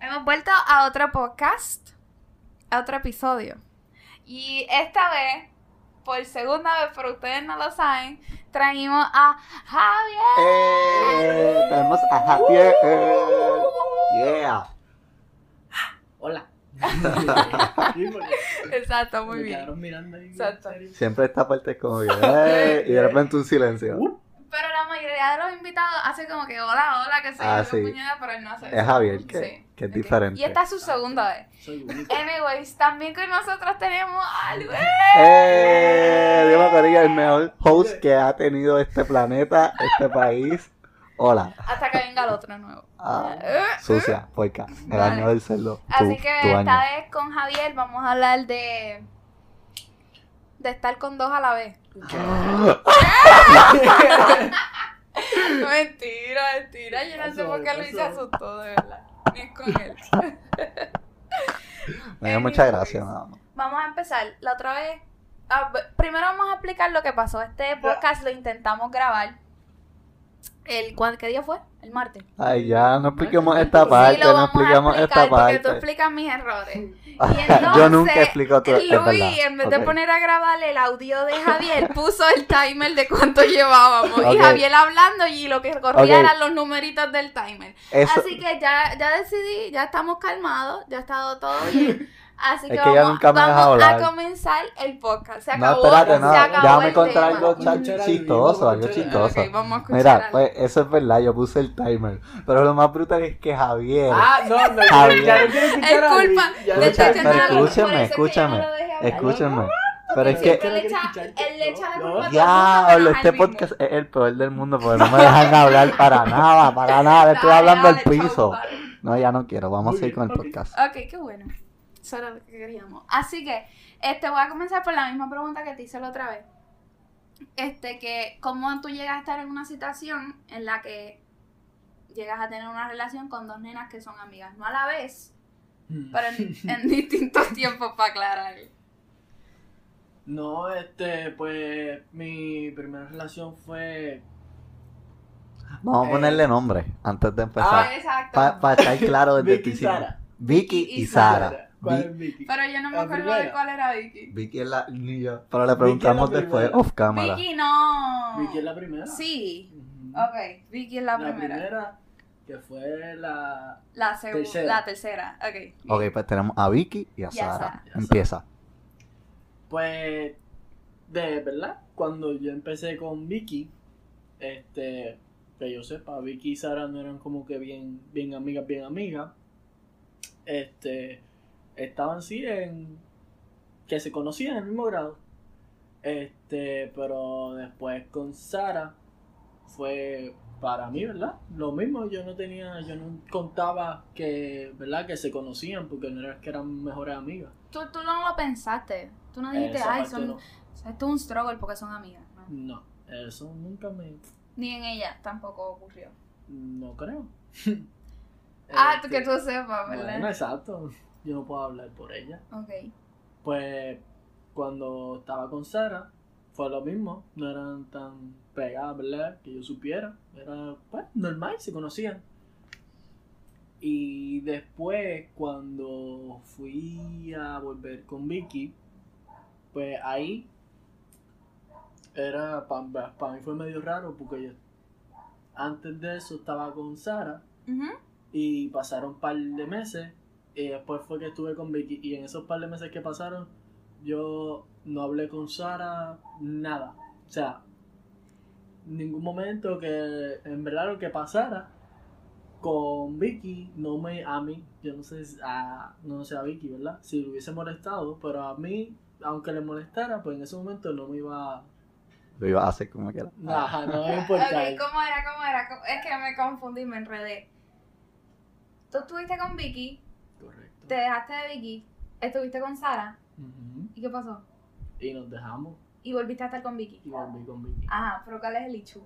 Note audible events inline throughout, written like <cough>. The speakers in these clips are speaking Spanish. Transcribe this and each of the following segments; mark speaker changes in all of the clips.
Speaker 1: hemos vuelto a otro podcast, a otro episodio. Y esta vez, por segunda vez, pero ustedes no lo saben, trajimos a Javier.
Speaker 2: ¡Eh! Tenemos a Javier. Yeah.
Speaker 3: <laughs> Hola.
Speaker 1: Exacto, muy
Speaker 3: Me
Speaker 1: bien.
Speaker 3: quedaron mirando ahí.
Speaker 1: Exacto.
Speaker 3: en serio.
Speaker 2: Siempre esta parte es como que. ¡eh! Y de repente un silencio.
Speaker 3: Uh,
Speaker 1: Pero la mayoría de los invitados hace como que hola, hola, que se
Speaker 2: Ah,
Speaker 1: yo,
Speaker 2: sí.
Speaker 1: puñada, pero él no hace
Speaker 2: Es Javier, que,
Speaker 1: Sí.
Speaker 2: que es
Speaker 1: Ok.
Speaker 2: diferente.
Speaker 1: Y esta es su segunda vez.
Speaker 3: Soy
Speaker 1: Eh,
Speaker 3: único.
Speaker 1: Anyways, también con nosotros tenemos a Luis.
Speaker 2: ¡Eh! Dios mío, Corilla, el mejor host que ha tenido este planeta, este país. Hola.
Speaker 1: Hasta que venga el otro nuevo.
Speaker 2: Ah,
Speaker 1: Eh,
Speaker 2: sucia, puerca. El
Speaker 1: Vale.
Speaker 2: año del cerdo. Tu,
Speaker 1: Así que
Speaker 2: tu
Speaker 1: esta
Speaker 2: año.
Speaker 1: vez con Javier vamos a hablar de. de estar con dos a la vez. mentira, mentira. Yo no sé
Speaker 3: Pasó,
Speaker 1: por qué Luis se
Speaker 3: pasó.
Speaker 1: asustó, de verdad. Ni es con él.
Speaker 2: Me dio muchas
Speaker 1: Anyways.
Speaker 2: gracias, nada más.
Speaker 1: Vamos a empezar. La otra vez. ah, b- primero vamos a explicar lo que pasó. Este podcast lo intentamos grabar. El, ¿cuál- ¿Qué día fue? El martes.
Speaker 2: Ay, ya, no expliquemos esta
Speaker 3: Sí,
Speaker 2: parte,
Speaker 1: lo
Speaker 2: no
Speaker 1: vamos a
Speaker 2: expliquemos
Speaker 1: explicar,
Speaker 2: esta
Speaker 1: porque tú
Speaker 2: parte. Ah,
Speaker 1: explicas mis errores. Y
Speaker 2: <laughs> Yo
Speaker 1: entonces,
Speaker 2: nunca explico tu es verdad.
Speaker 1: Luis, en vez de
Speaker 2: Ok.
Speaker 1: poner a grabar el audio de Javier, <laughs> puso el timer de cuánto <laughs> llevábamos. Y
Speaker 2: Ok.
Speaker 1: Javier hablando y lo que corría
Speaker 2: Ok.
Speaker 1: eran los numeritos del timer.
Speaker 2: Eso-
Speaker 1: Así que ya, ya decidí, ya estamos calmados, ya ha estado
Speaker 2: <laughs>
Speaker 1: todo bien. Así que,
Speaker 2: Es que ella
Speaker 1: vamos,
Speaker 2: nunca me deja
Speaker 1: vamos a
Speaker 2: hablar.
Speaker 1: comenzar el podcast. Se
Speaker 2: No,
Speaker 1: acabó,
Speaker 2: espérate,
Speaker 1: se
Speaker 2: no.
Speaker 1: acabó
Speaker 2: Déjame
Speaker 1: el
Speaker 2: contar
Speaker 1: tema.
Speaker 2: algo cha-
Speaker 3: Cuchara,
Speaker 2: chistoso, algo
Speaker 3: cuchara.
Speaker 2: chistoso.
Speaker 1: Ok, vamos a escuchar
Speaker 2: Mira,
Speaker 1: algo.
Speaker 2: pues eso es verdad, yo puse el timer. Pero lo más brutal es que Javier.
Speaker 3: Ah, no, no,
Speaker 2: Javier.
Speaker 3: ya no quiero escuchar
Speaker 1: Es
Speaker 3: a mí.
Speaker 1: culpa
Speaker 3: Ya
Speaker 1: de
Speaker 3: no
Speaker 2: Escucha,
Speaker 1: Chacho
Speaker 3: quiero
Speaker 2: pero
Speaker 1: Nalo,
Speaker 3: escuchar.
Speaker 1: por eso es que yo
Speaker 2: escúchame,
Speaker 1: no lo
Speaker 2: escúchame,
Speaker 1: dejé hablar.
Speaker 2: escúchame.
Speaker 1: Porque
Speaker 2: Pero es
Speaker 1: siempre
Speaker 2: que,
Speaker 1: le echa- él le echa la
Speaker 3: No.
Speaker 1: culpa a todo el mundo, menos
Speaker 2: diablo,
Speaker 1: al
Speaker 2: este
Speaker 1: mismo.
Speaker 2: podcast es el peor del mundo porque no me dejan hablar para nada, para nada. Le estoy
Speaker 1: Dale,
Speaker 2: hablando al
Speaker 1: dale, chau,
Speaker 2: piso.
Speaker 1: dale.
Speaker 2: No, ya no quiero, vamos a
Speaker 3: Muy
Speaker 2: seguir con
Speaker 3: bien,
Speaker 2: el
Speaker 3: ok.
Speaker 2: podcast.
Speaker 1: Ok, qué bueno. Eso era lo que queríamos. Así que, este, voy a comenzar por la misma pregunta que te hice la otra vez. Este, que cómo tú llegas a estar en una situación en la que llegas a tener una relación con dos nenas que son amigas, no a la vez, pero en, en distintos tiempos para aclarar.
Speaker 3: No, este, pues mi primera relación fue.
Speaker 2: Vamos a
Speaker 3: Eh.
Speaker 2: ponerle nombre antes de
Speaker 3: Ah,
Speaker 2: empezar.
Speaker 1: Exacto.
Speaker 2: Para estar claro desde
Speaker 3: Vicky
Speaker 2: que
Speaker 3: y
Speaker 2: hicimos.
Speaker 3: Sara.
Speaker 2: Vicky
Speaker 1: Vicky y
Speaker 2: y Sara.
Speaker 3: Sara. ¿Cuál
Speaker 2: Vi-
Speaker 3: es Vicky?
Speaker 1: pero yo no me
Speaker 3: La
Speaker 1: acuerdo de
Speaker 3: primera.
Speaker 1: cuál era Vicky.
Speaker 2: Vicky es la niña. Pero le preguntamos
Speaker 3: la
Speaker 2: después
Speaker 3: primera.
Speaker 2: off cámara.
Speaker 1: Vicky no.
Speaker 3: ¿Vicky es la primera?
Speaker 1: Sí.
Speaker 3: Ujú.
Speaker 1: Ok, Vicky es la,
Speaker 3: La
Speaker 1: primera.
Speaker 3: primera, que fue la.
Speaker 1: La segunda.
Speaker 3: Tercera.
Speaker 1: La tercera. Ok.
Speaker 2: Ok, pues tenemos a Vicky y
Speaker 1: Y
Speaker 2: a
Speaker 1: a
Speaker 2: Sara.
Speaker 1: Sara.
Speaker 2: Empieza.
Speaker 3: Pues, de verdad, cuando yo empecé con Vicky, este, que yo sepa, Vicky y Sara no eran como que bien, bien amigas, bien amigas. Este, estaban sí en, que se conocían en el mismo grado. Este, pero después con Sara fue para mí, ¿verdad? Lo mismo, yo no tenía, yo no contaba que, ¿verdad? Que se conocían porque no era que eran mejores amigas.
Speaker 1: Tú, tú no lo pensaste. Tú no dijiste,
Speaker 3: Esa
Speaker 1: ay,
Speaker 3: parte
Speaker 1: son,
Speaker 3: no.
Speaker 1: esto es un struggle porque son amigas. ¿no?
Speaker 3: No, eso nunca me.
Speaker 1: Ni en ella tampoco ocurrió.
Speaker 3: Eh, No creo.
Speaker 1: Ah, tú
Speaker 3: Este,
Speaker 1: que tú sepas, ¿verdad?
Speaker 3: Bueno, exacto. Yo no puedo hablar por ella.
Speaker 1: Ok.
Speaker 3: Pues cuando estaba con Sara, fue lo mismo. No eran tan pegadas, ¿verdad? Que yo supiera. Era, pues, normal, se conocían. Y después, cuando fui a volver con Vicky, pues ahí era, para mí fue medio raro porque yo antes de eso estaba con Sara
Speaker 1: Ujú.
Speaker 3: y pasaron un par de meses y después fue que estuve con Vicky y en esos par de meses que pasaron yo no hablé con Sara nada o sea ningún momento que en verdad lo que pasara con Vicky no me a mí yo no sé si- a, no sé a Vicky verdad si le hubiese molestado pero a mí aunque le molestara pues en ese momento no me iba a-
Speaker 2: Lo iba a hacer como quiera.
Speaker 3: ajá, no me iba a
Speaker 1: <laughs>
Speaker 3: importar
Speaker 1: Ok, ¿cómo era? ¿Cómo era? ¿Cómo- Es que me confundí, me enredé. Tú estuviste con Vicky,
Speaker 3: correcto
Speaker 1: te dejaste de Vicky, estuviste con Sara,
Speaker 3: Ujú.
Speaker 1: ¿y qué pasó?
Speaker 3: y nos dejamos
Speaker 1: Y volviste a estar con Vicky.
Speaker 3: y volví con Vicky
Speaker 1: Ajá, pero ¿cuál es el ichu?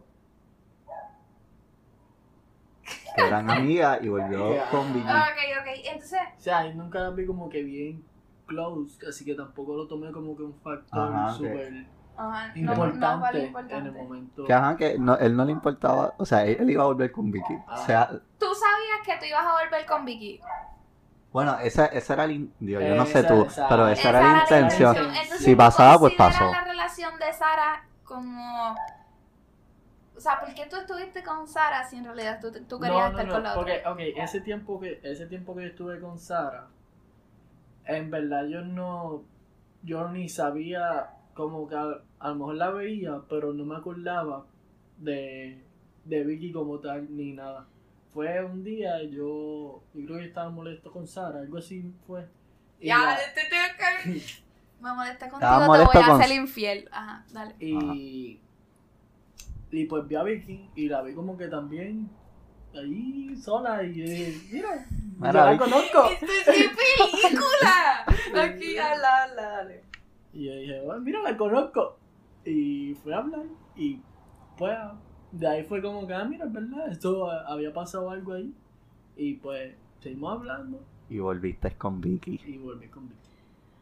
Speaker 2: Que eran amigas y volvió
Speaker 3: Ya.
Speaker 2: con Vicky.
Speaker 1: Ok, ok, entonces,
Speaker 3: O sea, y nunca la vi como que bien close, así que tampoco lo tomé como que un
Speaker 2: Ajá,
Speaker 3: factor
Speaker 2: ok.
Speaker 3: súper
Speaker 1: ajá, no, no,
Speaker 3: importante,
Speaker 1: vale
Speaker 3: en el
Speaker 1: importante.
Speaker 3: momento.
Speaker 2: Que ajá, que no, él no le importaba. O sea, él, él iba a volver con Vicky. O sea,
Speaker 1: Tú sabías que tú ibas a volver con Vicky.
Speaker 2: Bueno, esa, esa era la... in- Dios, yo no sé
Speaker 3: Esa-
Speaker 2: tú,
Speaker 3: esa-
Speaker 2: pero esa, era la intención.
Speaker 1: Entonces,
Speaker 2: Si
Speaker 1: tú
Speaker 2: pasaba, pues
Speaker 1: consideras
Speaker 2: pasó.
Speaker 1: la relación de Sara como... O sea, ¿por qué tú estuviste con Sara si en realidad tú, tú querías
Speaker 3: no, no,
Speaker 1: estar
Speaker 3: no,
Speaker 1: con la otra?
Speaker 3: porque, ok, ese tiempo, que, ese tiempo que yo estuve con Sara, en verdad yo no, yo ni sabía, como que a, a lo mejor la veía, pero no me acordaba de, de Vicky como tal, ni nada. Fue un día, yo, yo creo que estaba molesto con Sara, algo así fue. Y
Speaker 1: Ya,
Speaker 3: la-
Speaker 1: te tengo que...
Speaker 3: <laughs>
Speaker 1: Me molesté contigo,
Speaker 2: Estaba
Speaker 1: te
Speaker 2: molesto
Speaker 1: voy a
Speaker 2: con-
Speaker 1: hacer infiel. Ajá, dale.
Speaker 3: Y, y pues vi a Vicky y la vi como que también ahí sola y yo dije, mira,
Speaker 2: Mira,
Speaker 3: yo la
Speaker 2: Vicky.
Speaker 3: conozco.
Speaker 1: ¡Esto es mi
Speaker 2: <laughs>
Speaker 1: película! Aquí, habla, habla, dale.
Speaker 3: Y yo dije, bueno, mira, la conozco. Y fui a hablar y pues de ahí fue como que, ah, mira, es verdad, esto eh, había pasado algo ahí. Y pues seguimos hablando
Speaker 2: Y volviste con Vicky.
Speaker 3: y volví con Vicky.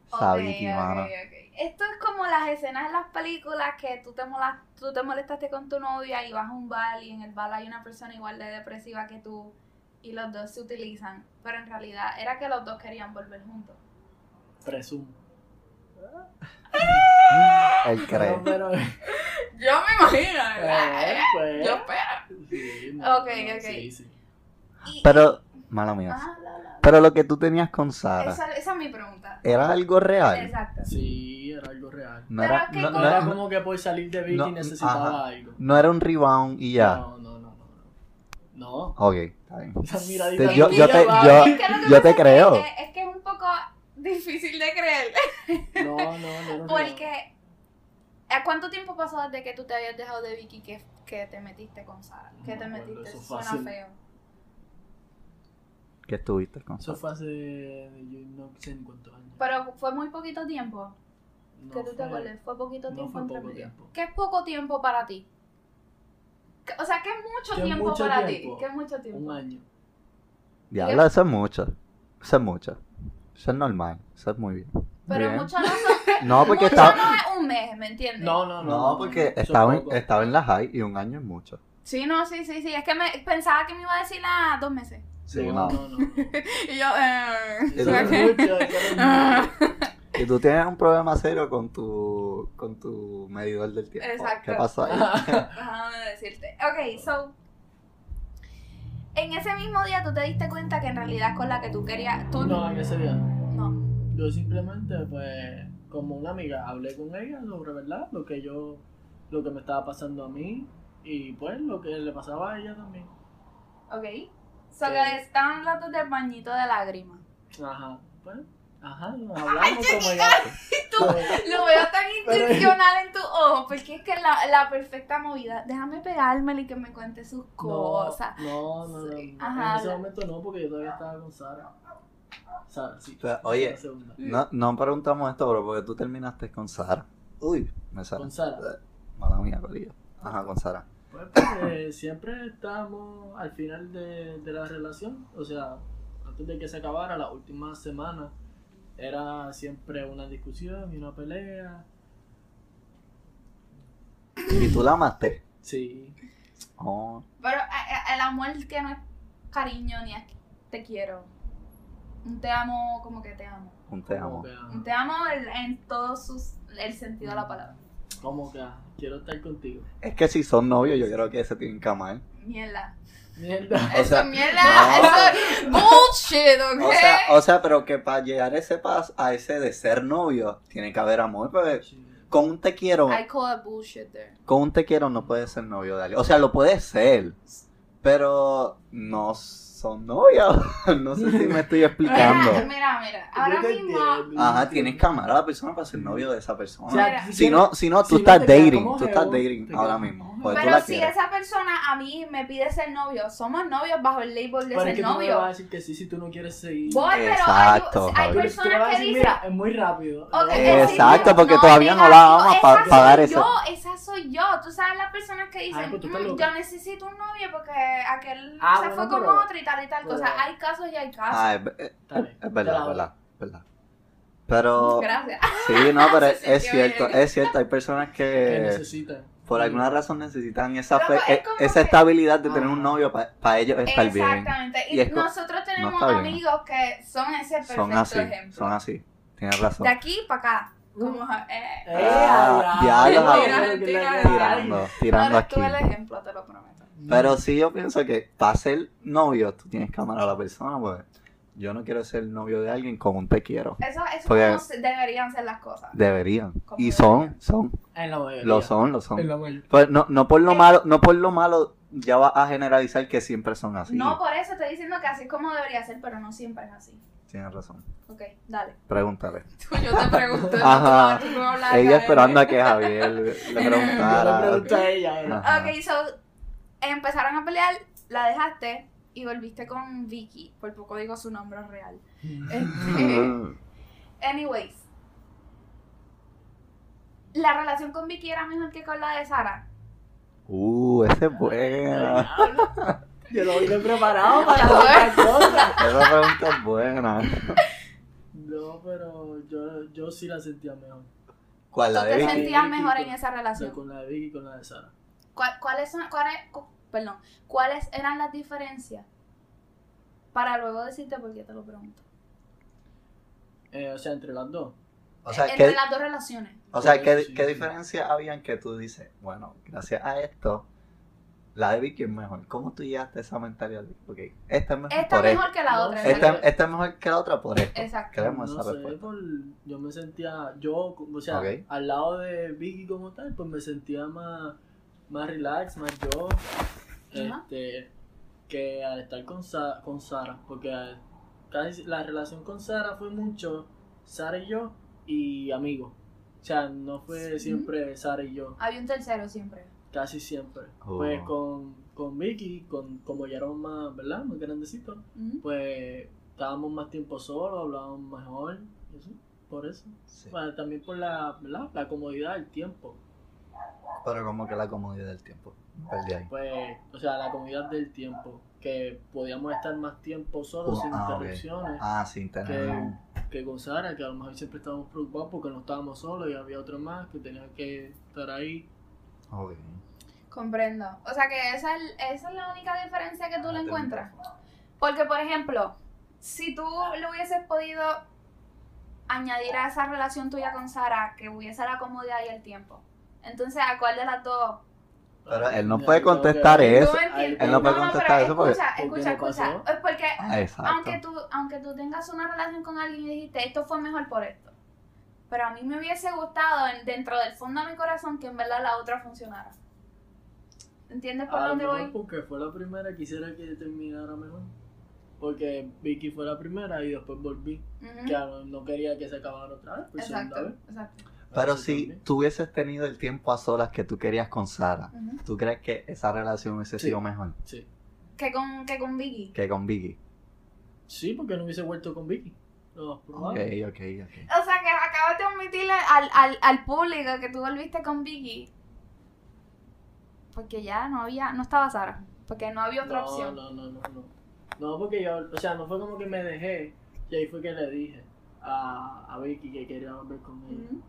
Speaker 2: Esa
Speaker 1: Ok,
Speaker 2: Vicky,
Speaker 1: ok,
Speaker 2: mano.
Speaker 1: ok. Esto es como las escenas de las películas que tú te, molas- tú te molestaste con tu novia y vas a un bar y en el bar hay una persona igual de depresiva que tú y los dos se utilizan. Pero en realidad era que los dos querían volver juntos.
Speaker 3: Presumo.
Speaker 2: Él cree.
Speaker 3: Pero, pero,
Speaker 1: Yo me imagino,
Speaker 3: eh, pues,
Speaker 1: espero.
Speaker 3: sí,
Speaker 1: Ok, ok.
Speaker 3: Sí, sí.
Speaker 2: Pero, mala mía.
Speaker 1: Ajá, la, la, la.
Speaker 2: Pero lo que tú tenías con Sara,
Speaker 1: Ah. Esa, esa es mi pregunta.
Speaker 2: ¿era algo real?
Speaker 1: Exacto.
Speaker 3: Sí, era algo real.
Speaker 2: No
Speaker 1: Pero
Speaker 2: era,
Speaker 1: es que
Speaker 2: no,
Speaker 3: No,
Speaker 1: con-
Speaker 2: no-
Speaker 3: era como que por salir de Vicky
Speaker 2: No,
Speaker 3: necesitaba
Speaker 2: ajá.
Speaker 3: algo.
Speaker 2: no era un rebound y ya.
Speaker 3: No, no, no, no. No. <laughs>
Speaker 2: Ok, está bien.
Speaker 3: Esa miradita
Speaker 2: Te- yo-
Speaker 3: de
Speaker 2: yo
Speaker 3: Vicky,
Speaker 2: te-
Speaker 3: va.
Speaker 1: Es
Speaker 2: yo-
Speaker 1: que lo que
Speaker 2: yo te
Speaker 1: pasa es que-
Speaker 2: creo.
Speaker 1: Es, que es un poco difícil de creer.
Speaker 3: No, no, no. no, no.
Speaker 1: Porque, ¿a cuánto tiempo pasó desde que tú te habías dejado de Vicky que, que te metiste con Sara?
Speaker 3: No
Speaker 1: Que
Speaker 3: me
Speaker 1: te
Speaker 3: acuerdo,
Speaker 1: metiste,
Speaker 3: eso fue
Speaker 1: suena
Speaker 3: hace-
Speaker 1: feo.
Speaker 2: Que estuviste con
Speaker 3: Eso
Speaker 2: Sara.
Speaker 3: fue hace. Yo no sé ni cuántos años.
Speaker 1: Pero fue muy poquito tiempo,
Speaker 3: No
Speaker 1: que tú te
Speaker 3: fue-
Speaker 1: acuerdes, fue poquito
Speaker 3: no
Speaker 1: tiempo
Speaker 3: fue
Speaker 1: entre
Speaker 3: poco
Speaker 1: medio.
Speaker 3: tiempo.
Speaker 1: ¿Qué es poco tiempo para ti? Que- O sea, ¿qué es mucho
Speaker 3: ¿Qué es
Speaker 1: tiempo
Speaker 3: mucho
Speaker 1: para
Speaker 3: tiempo?
Speaker 1: ti? ¿Qué es mucho
Speaker 3: Un
Speaker 1: tiempo?
Speaker 3: año.
Speaker 2: Diablo, eso es mucho. Eso es mucho. Eso es normal. Eso es muy bien.
Speaker 1: Pero
Speaker 2: Bien.
Speaker 1: mucho no, <laughs> son-
Speaker 2: No, porque
Speaker 1: mucho
Speaker 2: estaba.
Speaker 1: no es un mes, ¿me entiendes?
Speaker 3: No, no, no.
Speaker 2: No, porque eh,
Speaker 3: eso
Speaker 2: estaba en,
Speaker 3: poco.
Speaker 2: estaba en la high y un año es mucho.
Speaker 1: Sí, no, sí, sí, sí. Es que me, pensaba que me iba a decir ah, dos meses.
Speaker 2: Sí,
Speaker 3: no,
Speaker 2: no.
Speaker 1: <laughs>
Speaker 3: no, no. no.
Speaker 1: Y yo, eh,
Speaker 3: Eso
Speaker 1: ¿sabes
Speaker 3: es
Speaker 1: qué? <laughs>
Speaker 3: mucho, eso es
Speaker 1: Ah.
Speaker 3: mucho.
Speaker 2: Y tú tienes un problema serio con tu, con tu medidor del tiempo.
Speaker 1: Exacto.
Speaker 2: ¿Qué pasó ahí?
Speaker 1: Déjame decirte. Ok, so. En ese mismo día tú te diste cuenta que en realidad con la que tú querías. Tú
Speaker 3: No, en ese día.
Speaker 1: No.
Speaker 3: Yo simplemente, pues, como una amiga, hablé con ella sobre, ¿verdad? Lo que yo. Lo que me estaba pasando a mí. Y pues, lo que le pasaba a ella también.
Speaker 1: Ok. So
Speaker 3: Sí.
Speaker 1: que estaban hablando del bañito de
Speaker 3: <laughs>
Speaker 1: lágrimas.
Speaker 3: Ajá. Pues, ajá. Nos hablamos como ya.
Speaker 1: <laughs> tú- Lo veo tan
Speaker 3: Pero-
Speaker 1: intencional en tu ojo, porque es que es la, la perfecta movida. Déjame pegármela y que me cuente sus cosas.
Speaker 3: No, no, no. no.
Speaker 1: Sí, ajá,
Speaker 3: en ese
Speaker 1: habla.
Speaker 3: momento no, porque yo todavía estaba con Sara. Sara, sí.
Speaker 2: O sea, oye,
Speaker 3: La segunda.
Speaker 2: No, no preguntamos esto, pero porque tú terminaste con Sara. Uy, me sale.
Speaker 3: Con Sara.
Speaker 2: Mala mía, Corillo. Ajá, con Sara.
Speaker 3: Pues porque siempre estábamos al final de, de la relación, o sea, antes de que se acabara, las últimas semanas, era siempre una discusión y una pelea.
Speaker 2: Y tú la amaste.
Speaker 3: Sí,
Speaker 2: Oh,
Speaker 1: Pero eh, eh, el amor que no es cariño ni es te quiero. Un te amo como que te amo.
Speaker 2: un te
Speaker 3: como
Speaker 2: amo.
Speaker 3: que,
Speaker 1: Un
Speaker 3: ah,
Speaker 1: te amo en, en todo sus, el sentido de la palabra.
Speaker 3: como que, ah, quiero estar contigo.
Speaker 2: Es que si son novios, yo creo que se tienen que amar.
Speaker 1: Mierda.
Speaker 3: Mierda.
Speaker 2: O
Speaker 1: Eso
Speaker 2: sea,
Speaker 1: es mierda,
Speaker 2: no.
Speaker 1: eso es bullshit, ¿ok?
Speaker 2: O
Speaker 3: <laughs>
Speaker 2: sea, o sea, pero que para llegar a ese paso, a ese de ser novio, tiene que haber amor. Pues,
Speaker 3: Sí.
Speaker 2: con un te quiero,
Speaker 1: I call it bullshit
Speaker 2: <laughs>
Speaker 1: there.
Speaker 2: con un te quiero no puedes ser novio de alguien. O sea, lo puedes ser, pero no son novios. <laughs> No sé si me estoy
Speaker 1: Mira,
Speaker 3: <laughs>
Speaker 2: explicando.
Speaker 1: <laughs> mira, mira. Ahora
Speaker 3: Yo te
Speaker 1: mismo,
Speaker 3: entiendo.
Speaker 2: Ajá, tienes que amar a la persona para ser novio de esa
Speaker 3: O
Speaker 2: persona.
Speaker 3: sea,
Speaker 2: Si
Speaker 3: quieres-
Speaker 2: no, si no, tú
Speaker 3: si no
Speaker 2: estás
Speaker 3: te quedas
Speaker 2: dating,
Speaker 3: como
Speaker 2: tú estás
Speaker 3: jeva,
Speaker 2: dating
Speaker 3: te
Speaker 2: ahora
Speaker 3: quedas
Speaker 2: mismo.
Speaker 3: como
Speaker 2: Pues tú
Speaker 1: pero
Speaker 2: la
Speaker 1: si
Speaker 2: quieres.
Speaker 1: esa persona a mí me pide ser novio, somos novios bajo el label de
Speaker 3: Pero es
Speaker 1: ser
Speaker 3: que tú no le vas a
Speaker 1: novio.
Speaker 3: decir que sí si tú no quieres seguir.
Speaker 1: Voy, pero hay,
Speaker 2: Exacto,
Speaker 1: hay
Speaker 2: Javi.
Speaker 3: Tú le- tú le vas
Speaker 1: personas que
Speaker 3: a decir,
Speaker 1: dicen.
Speaker 3: mira, es muy rápido.
Speaker 1: ok,
Speaker 2: Eh,
Speaker 1: sí,
Speaker 2: Exacto,
Speaker 1: no,
Speaker 2: porque todavía no la
Speaker 1: negativo,
Speaker 2: vamos a
Speaker 1: esa
Speaker 2: pa-
Speaker 1: soy
Speaker 2: pagar ese-
Speaker 1: Yo, esa soy yo. Tú sabes las personas que dicen,
Speaker 3: Ah, pues tú estás
Speaker 1: "Mm,
Speaker 3: loca".
Speaker 1: yo necesito un novio porque aquel
Speaker 3: Ah,
Speaker 1: se
Speaker 3: bueno,
Speaker 1: fue con
Speaker 3: pero-
Speaker 1: otro y tal y tal
Speaker 3: pero-
Speaker 1: cosa. Hay casos y hay casos.
Speaker 2: Ah, es, es-
Speaker 3: Está bien,
Speaker 2: es
Speaker 3: te la
Speaker 2: verdad, es
Speaker 3: doy.
Speaker 2: verdad, es verdad. Pero
Speaker 1: Gracias.
Speaker 2: sí, no, pero
Speaker 1: Se
Speaker 2: es, es
Speaker 1: sintió
Speaker 3: <laughs>
Speaker 2: cierto,
Speaker 1: bien.
Speaker 2: es cierto. Hay personas
Speaker 3: Que
Speaker 2: que
Speaker 3: necesitan.
Speaker 2: Eh, Por alguna razón necesitan esa,
Speaker 1: Loco,
Speaker 2: fe-
Speaker 1: pues, es
Speaker 2: eh,
Speaker 1: como
Speaker 2: esa
Speaker 1: que-
Speaker 2: estabilidad de tener un
Speaker 3: Ajá.
Speaker 2: novio para ellos estar bien.
Speaker 1: Exactamente. Y,
Speaker 2: Y es co-
Speaker 1: nosotros tenemos
Speaker 2: está bien.
Speaker 1: amigos que son ese perfecto
Speaker 2: Son así,
Speaker 1: ejemplo.
Speaker 2: son así. Tienes
Speaker 1: De
Speaker 2: razón.
Speaker 1: aquí para acá. Como, eh,
Speaker 3: Eh,
Speaker 2: Ah,
Speaker 3: diablo,
Speaker 2: diablo,
Speaker 3: mentira,
Speaker 1: Javier.
Speaker 3: mentira, mentira.
Speaker 2: Tirando, tirando
Speaker 1: ahora
Speaker 2: aquí.
Speaker 1: tú el ejemplo, te lo prometo.
Speaker 2: Pero sí yo pienso que para ser novio tú tienes que amar a la persona, pues yo no quiero ser novio de alguien con un te quiero.
Speaker 1: Eso, eso es
Speaker 2: Porque-
Speaker 1: como se- deberían ser las cosas.
Speaker 2: Deberían.
Speaker 1: Como
Speaker 2: Y
Speaker 1: deberían.
Speaker 2: son, son,
Speaker 3: En la mayoría.
Speaker 2: lo son, lo
Speaker 3: En
Speaker 2: son.
Speaker 3: la mayoría.
Speaker 2: Pues no, no por lo malo, no por lo malo ya vas a generalizar que siempre son así.
Speaker 1: No, pues, por eso estoy diciendo que así es como debería ser, pero no siempre es así.
Speaker 2: Tienes razón.
Speaker 1: Ok, dale.
Speaker 2: Pregúntale.
Speaker 1: Tú, <laughs> yo te pregunto.
Speaker 2: Ajá.
Speaker 1: tú no- tú no hablas,
Speaker 2: Ella
Speaker 1: Gabriel.
Speaker 2: esperando a que Javier le
Speaker 3: <laughs> Yo le
Speaker 2: preguntara.
Speaker 3: pregunto a ella. ¿verdad?
Speaker 2: Ajá.
Speaker 1: Ok, so empezaron a pelear, la dejaste y volviste con Vicky. Por poco digo su nombre
Speaker 2: <laughs>
Speaker 1: real. Este,
Speaker 2: Mm.
Speaker 1: anyways. La relación con Vicky era mejor que con la de Sara.
Speaker 2: Uh, esa
Speaker 1: <laughs>
Speaker 2: es buena.
Speaker 3: <laughs> Yo lo vine preparado para
Speaker 1: Ya
Speaker 3: otra cosa.
Speaker 2: Esa pregunta es buena.
Speaker 3: No, pero yo, yo sí la sentía mejor.
Speaker 2: ¿Cuál?
Speaker 1: ¿Tú
Speaker 2: La
Speaker 1: te
Speaker 2: de Vicky.
Speaker 1: sentías mejor en esa
Speaker 3: O sea,
Speaker 1: relación?
Speaker 3: con la de Vicky y con la de Sara.
Speaker 1: ¿Cuál- ¿Cuáles son, cuáles, cu- perdón, cuáles eran las diferencias? Para luego decirte por qué te lo pregunto.
Speaker 3: Eh, o sea, entre las dos.
Speaker 2: O sea,
Speaker 1: Entre
Speaker 2: ¿qué,
Speaker 1: las dos relaciones.
Speaker 2: o sea, ¿qué,
Speaker 3: Sí,
Speaker 2: qué
Speaker 3: sí.
Speaker 2: diferencias habían que tú dices, bueno, gracias a esto, la de Vicky es mejor? ¿Cómo tú llegaste a esa mentalidad? de, Ok, esta es mejor
Speaker 1: Esta
Speaker 2: por
Speaker 1: mejor
Speaker 2: esto.
Speaker 1: que la
Speaker 3: No,
Speaker 1: otra.
Speaker 3: que-
Speaker 2: Esta,
Speaker 1: exacto.
Speaker 2: esta es mejor que la otra por esto.
Speaker 1: Exacto.
Speaker 2: Queremos
Speaker 3: no
Speaker 2: esa
Speaker 3: sé,
Speaker 2: respuesta.
Speaker 3: por- yo me sentía, yo, o sea,
Speaker 2: Ok.
Speaker 3: al lado de Vicky como tal, pues me sentía más, más relax, más yo,
Speaker 1: Ajá.
Speaker 3: este, que al estar con, Sa- con Sara, porque al- casi la relación con Sara fue mucho Sara y yo y amigos. O sea, no fue
Speaker 1: Sí.
Speaker 3: siempre Sara y yo,
Speaker 1: Había un tercero siempre.
Speaker 3: casi siempre.
Speaker 2: Oh.
Speaker 3: Pues con, con Vicky, con, como ya éramos más, ¿verdad? Más grandecitos
Speaker 1: Ujú.
Speaker 3: pues estábamos más tiempo solos, hablábamos mejor, y eso, por eso.
Speaker 2: Sí.
Speaker 3: Bueno, también por la, ¿verdad? la comodidad del tiempo,
Speaker 2: Pero como que la comodidad del tiempo. Perdí ahí.
Speaker 3: pues, o sea, la comodidad del tiempo, que podíamos estar más tiempo solos
Speaker 2: Oh,
Speaker 3: sin
Speaker 2: ah, ok.
Speaker 3: interrupciones,
Speaker 2: Ah, sin tener.
Speaker 3: que, que con Sara, que a lo mejor siempre estábamos preocupados porque no estábamos solos y había otro más que tenía que estar ahí.
Speaker 2: Ok.
Speaker 1: Comprendo. O sea que esa es, esa es la única diferencia que tú le
Speaker 2: Date un
Speaker 1: encuentras.
Speaker 2: micrófono.
Speaker 1: Porque, por ejemplo, si tú le hubieses podido añadir a esa relación tuya con Sara que hubiese la comodidad y el tiempo, entonces, ¿a cuál de las dos?
Speaker 2: Pero él no
Speaker 3: Ya,
Speaker 2: puede
Speaker 3: yo creo que-
Speaker 2: contestar
Speaker 1: ¿Tú me
Speaker 2: eso.
Speaker 1: entiendes?
Speaker 2: él no puede
Speaker 1: pero
Speaker 2: contestar eso porque-
Speaker 1: Escucha,
Speaker 3: porque
Speaker 1: escucha,
Speaker 3: le pasó.
Speaker 1: escucha. Es porque
Speaker 2: Ah, Exacto.
Speaker 1: aunque tú, aunque tú tengas una relación con alguien y dijiste esto fue mejor por esto, pero a mí me hubiese gustado en- dentro del fondo de mi corazón que en verdad la otra funcionara. ¿Entiendes por
Speaker 3: A lo
Speaker 1: dónde
Speaker 3: mejor
Speaker 1: voy?
Speaker 3: "Ah, porque fue la primera, quisiera que terminara mejor. Porque Vicky fue la primera y después volví.
Speaker 1: Ujú.
Speaker 3: que ¿eh? a lo- no quería que se acabara otra vez, por segunda
Speaker 1: Exacto,
Speaker 3: vez.
Speaker 1: exacto.
Speaker 2: Pero
Speaker 3: Eso
Speaker 2: si
Speaker 3: también.
Speaker 2: tú hubieses tenido el tiempo a solas que tú querías con Sara,
Speaker 1: Ujú.
Speaker 2: ¿tú crees que esa relación hubiese
Speaker 3: Sí.
Speaker 2: sido mejor
Speaker 3: Sí.
Speaker 1: Que con, que con Vicky.
Speaker 2: que con Vicky?
Speaker 3: sí, porque no hubiese vuelto con Vicky. No,
Speaker 2: Ok,
Speaker 3: probable.
Speaker 2: ok, ok.
Speaker 1: O sea que acabas de admitirle al, al, al público que tú volviste con Vicky. Porque ya no había, no estaba Sara. Porque no había otra
Speaker 3: No,
Speaker 1: opción.
Speaker 3: no, no, no, no. No, porque yo, o sea, no fue como que me dejé y ahí fue que le dije a, a Vicky que quería volver con ella.
Speaker 1: Ujú.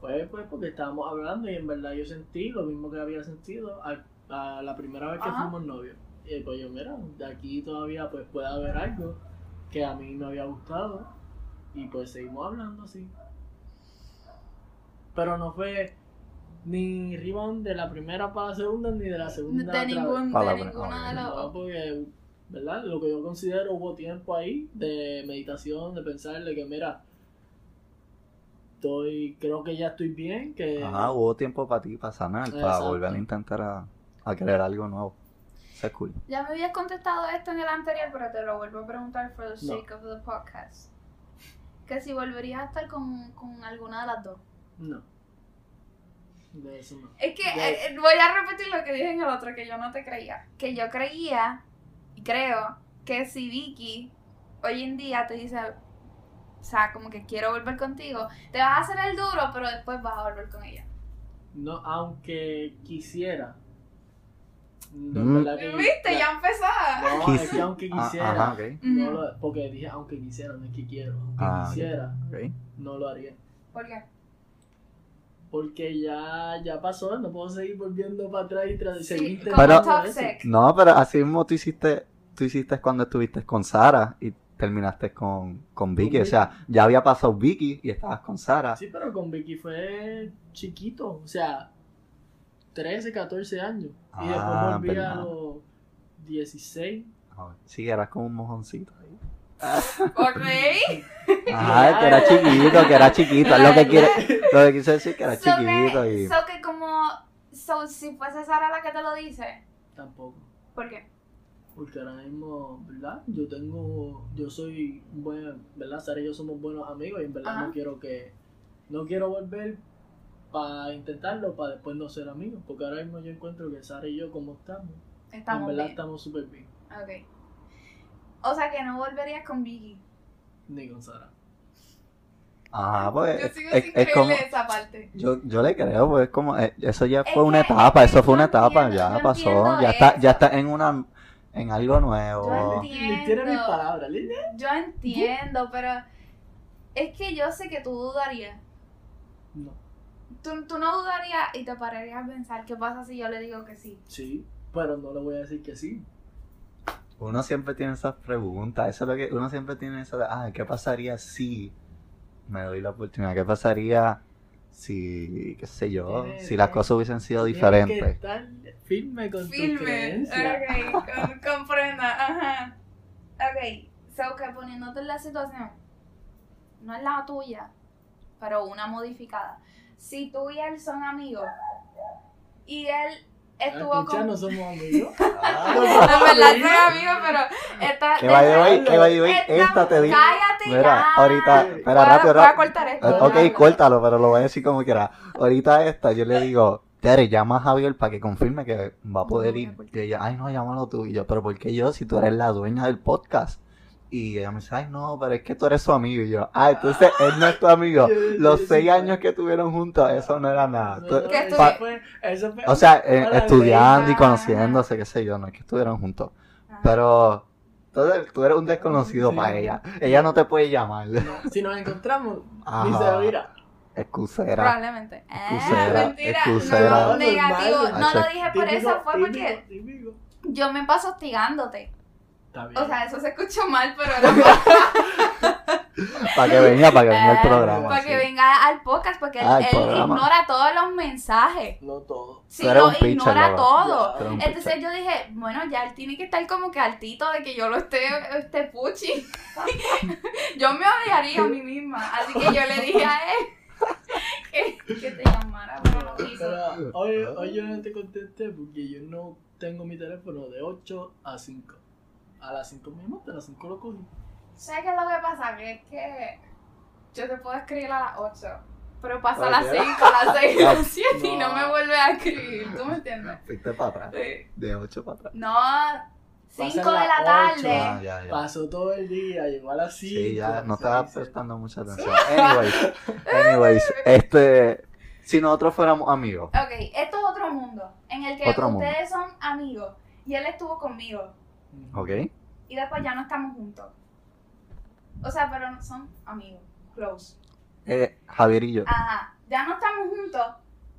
Speaker 3: Pues, pues, porque estábamos hablando y en verdad yo sentí lo mismo que había sentido al- a, la primera vez que
Speaker 1: Ajá.
Speaker 3: fuimos novios. Y pues yo, mira, de aquí todavía pues puede haber algo que a mí me había gustado y pues seguimos hablando así. Pero no fue ni rebound de la primera para la segunda ni de la segunda
Speaker 1: De,
Speaker 3: otra vez.
Speaker 1: ningún, de
Speaker 2: Palabra,
Speaker 1: ninguna de
Speaker 2: ok.
Speaker 1: las
Speaker 3: No,
Speaker 1: dos.
Speaker 3: porque, ¿verdad? Lo que yo considero hubo tiempo ahí de meditación, de pensar, de que mira, estoy, creo que ya estoy bien, que...
Speaker 2: Ajá, hubo tiempo para ti, para sanar, para
Speaker 3: Eh, Exacto.
Speaker 2: volver a intentar a, a querer algo nuevo. Eso es cool.
Speaker 1: Ya me habías contestado esto en el anterior, pero te lo vuelvo a preguntar for the sake of the podcast. Que si volverías a estar con, con alguna de las dos.
Speaker 3: No. De eso no.
Speaker 1: Es que
Speaker 3: Ya.
Speaker 1: eh, eh, voy a repetir lo que dije en el otro, que yo no te creía. Que yo creía y creo que si Vicky hoy en día te dice, o sea, como que quiero volver contigo, te vas a hacer el duro, pero después vas a volver con ella.
Speaker 3: No, aunque quisiera. No,
Speaker 2: Mm.
Speaker 3: ¿verdad que-
Speaker 1: ¿Viste? Ya empezaba.
Speaker 3: No, es que aunque
Speaker 2: Ah,
Speaker 3: quisiera.
Speaker 2: ajá, ok.
Speaker 3: no
Speaker 1: Ujú.
Speaker 3: lo- porque dije aunque quisiera, no es que quiero. Aunque
Speaker 2: Ah, ok.
Speaker 3: quisiera,
Speaker 2: ok.
Speaker 3: no lo haría.
Speaker 1: ¿Por qué?
Speaker 3: Porque ya, ya pasó, no puedo seguir volviendo para atrás y tra- seguir
Speaker 1: Sí, como
Speaker 3: intentando
Speaker 1: toxic.
Speaker 3: eso.
Speaker 2: No, pero así mismo tú hiciste, tú hiciste cuando estuviste con Sara y terminaste con, con Vicky. O sea, ya había pasado Vicky y estabas con Sara.
Speaker 3: Sí, pero con Vicky fue chiquito, o sea, 13, 14 años. y después
Speaker 2: Ah,
Speaker 3: volví a
Speaker 2: verdad.
Speaker 3: los 16.
Speaker 2: Sí, eras como un mojoncito ahí.
Speaker 1: Ok.
Speaker 2: Ajá, que era chiquito, que era chiquito. Es lo que, quiere, lo que quise decir que era
Speaker 1: So
Speaker 2: chiquito.
Speaker 1: que,
Speaker 2: Y...
Speaker 1: so que como. So si fuese Sara la que te lo dice.
Speaker 3: Tampoco.
Speaker 1: ¿Por qué?
Speaker 3: Porque ahora mismo, ¿verdad? Yo tengo, yo soy un buen, ¿verdad? Sara y yo somos buenos amigos y en verdad
Speaker 1: Ajá.
Speaker 3: no quiero que, no quiero volver para intentarlo, para después no ser amigos. Porque ahora mismo yo encuentro que Sara y yo como estamos, en
Speaker 1: Estamos
Speaker 3: verdad
Speaker 1: bien.
Speaker 3: estamos súper bien,
Speaker 1: Ok. O sea que no volverías con Vicky.
Speaker 3: ni con Sara.
Speaker 2: Ajá, pues.
Speaker 1: Yo
Speaker 2: Es,
Speaker 1: sigo sin
Speaker 2: es
Speaker 1: creerle
Speaker 2: como.
Speaker 1: esa parte.
Speaker 2: Yo, yo le creo, pues es como. eh, Eso ya
Speaker 1: Es
Speaker 2: fue una
Speaker 1: que-
Speaker 2: etapa,
Speaker 1: es que
Speaker 2: eso fue
Speaker 1: yo
Speaker 2: una etapa,
Speaker 1: entiendo,
Speaker 2: ya
Speaker 1: yo
Speaker 2: pasó.
Speaker 1: entiendo
Speaker 2: Ya está,
Speaker 1: eso.
Speaker 2: ya está en una. En algo
Speaker 1: Yo
Speaker 2: nuevo.
Speaker 1: entiendo.
Speaker 3: Le tiene mis palabras, ¿le?
Speaker 1: Yo entiendo, pero es que yo sé que tú dudarías.
Speaker 3: No.
Speaker 1: Tú, tú no dudarías y te pararías a pensar qué pasa si yo le digo que sí.
Speaker 3: Sí, pero no le voy a decir que sí.
Speaker 2: Uno siempre tiene esas preguntas. Eso es lo que. Uno siempre tiene esa. de, Ah, ¿qué pasaría si me doy la oportunidad? ¿Qué pasaría si. qué sé yo?
Speaker 3: Tiene-
Speaker 2: Si las
Speaker 3: tiene-
Speaker 2: cosas hubiesen sido
Speaker 3: Tienes que
Speaker 1: <laughs>
Speaker 2: diferentes.
Speaker 3: estar firme con tu
Speaker 1: Filme.
Speaker 3: creencia. <laughs>
Speaker 1: Ok, com- comprenda. Ajá. Ok, so que poniéndote en la situación, no es la tuya, pero una modificada. Si tú y él son amigos y él estuvo
Speaker 3: Escucha,
Speaker 1: con.
Speaker 3: no somos amigos.
Speaker 2: Ah,
Speaker 1: <laughs> No, en verdad, no es amigo, pero está.
Speaker 2: Que vaya
Speaker 1: está-
Speaker 2: hoy, que vaya hoy.
Speaker 1: está-
Speaker 2: Esta te digo.
Speaker 1: Cállate
Speaker 2: Mira,
Speaker 1: ya.
Speaker 2: ahorita.
Speaker 3: Voy
Speaker 1: Voy a-
Speaker 2: Espera, rápido,
Speaker 1: voy a
Speaker 2: rápido.
Speaker 1: cortar esto.
Speaker 2: Eh,
Speaker 1: voy a
Speaker 2: Ok,
Speaker 1: cortar.
Speaker 2: córtalo, pero lo voy a decir como quiera. Ahorita esta, yo le digo, Tere, llama a Javier para que confirme que va a poder
Speaker 1: No,
Speaker 2: ir.
Speaker 1: voy a
Speaker 2: Y ella, ay, no, llámalo tú. Y yo, pero ¿por qué yo si tú eres la dueña del podcast? Y ella me dice, ay, no, pero es que tú eres su amigo. Y yo, ah, entonces él no es tu
Speaker 3: <laughs>
Speaker 2: amigo. Los seis años que tuvieron juntos, eso no era nada.
Speaker 3: No,
Speaker 2: Tú-
Speaker 3: no,
Speaker 1: Que
Speaker 3: eso
Speaker 1: pa-
Speaker 3: fue- eso fue-
Speaker 2: o sea, eh,
Speaker 3: Hola,
Speaker 2: estudiando y
Speaker 1: Luisa.
Speaker 2: conociéndose, qué sé yo, no es que estuvieron juntos.
Speaker 1: Ajá.
Speaker 2: Pero entonces, tú eres un desconocido
Speaker 3: Ah. Sí.
Speaker 2: para ella. Ella no te puede llamar.
Speaker 3: No, si nos encontramos, ni se
Speaker 2: Ajá.
Speaker 3: oirá.
Speaker 2: Excusera.
Speaker 1: Probablemente. Ah,
Speaker 2: Excusera,
Speaker 1: mentira.
Speaker 2: excusera.
Speaker 1: No, negativo. No lo
Speaker 2: Hacho.
Speaker 1: dije por eso, fue
Speaker 3: Típico,
Speaker 1: porque
Speaker 3: típico, típico.
Speaker 1: yo me paso hostigándote.
Speaker 3: Está bien.
Speaker 1: O sea, eso se escuchó mal,
Speaker 2: <laughs>
Speaker 1: pero era para,
Speaker 2: Para que venga, para que venga el
Speaker 1: Ah, <laughs>
Speaker 2: programa.
Speaker 1: para
Speaker 2: sí.
Speaker 1: que venga al podcast, porque
Speaker 2: Ah, el
Speaker 1: él, él
Speaker 2: programa.
Speaker 1: ignora todos los mensajes.
Speaker 3: no todo.
Speaker 1: Si
Speaker 2: Tú eres
Speaker 1: lo
Speaker 2: un pinche,
Speaker 1: ignora
Speaker 2: Lola.
Speaker 1: todo.
Speaker 2: Tú eres un
Speaker 1: Entonces
Speaker 2: pinche.
Speaker 1: yo dije, bueno, ya él tiene que estar como que altito de que yo lo esté, esté puchi. <laughs> yo me odiaría a mí misma. Así que yo le dije a él que, que te llamara, pero no quiso.
Speaker 3: Pero hoy, hoy yo no te contesté porque yo no tengo mi teléfono de 8 a 5. A las 5 mismo, a las 5 lo cogí.
Speaker 1: ¿Sabes qué es lo que pasa? Que es que yo te puedo escribir a las 8, pero pasa a
Speaker 2: Ok.
Speaker 1: las 5, a
Speaker 2: <laughs>
Speaker 1: las 6, a las 7 y
Speaker 3: No.
Speaker 1: no me vuelve a escribir. ¿Tú me entiendes?
Speaker 2: Fuiste para atrás.
Speaker 1: Sí.
Speaker 2: De 8 para atrás.
Speaker 1: No, 5 de la
Speaker 3: las
Speaker 1: tarde.
Speaker 2: Ah, ya, ya.
Speaker 3: Pasó todo el día, llegó a las 5.
Speaker 2: Sí, ya no estaba prestando mucha atención. Anyways,
Speaker 1: <laughs>
Speaker 2: anyways,
Speaker 1: Eh.
Speaker 2: este. Si nosotros fuéramos amigos,
Speaker 1: Ok, esto es otro mundo en el que
Speaker 2: Otro mundo.
Speaker 1: ustedes son amigos y él estuvo conmigo
Speaker 2: ¿ok?
Speaker 1: y después ya no estamos juntos. O sea, pero no son amigos, close.
Speaker 2: Eh, Javier y yo.
Speaker 1: Ajá, ya no estamos juntos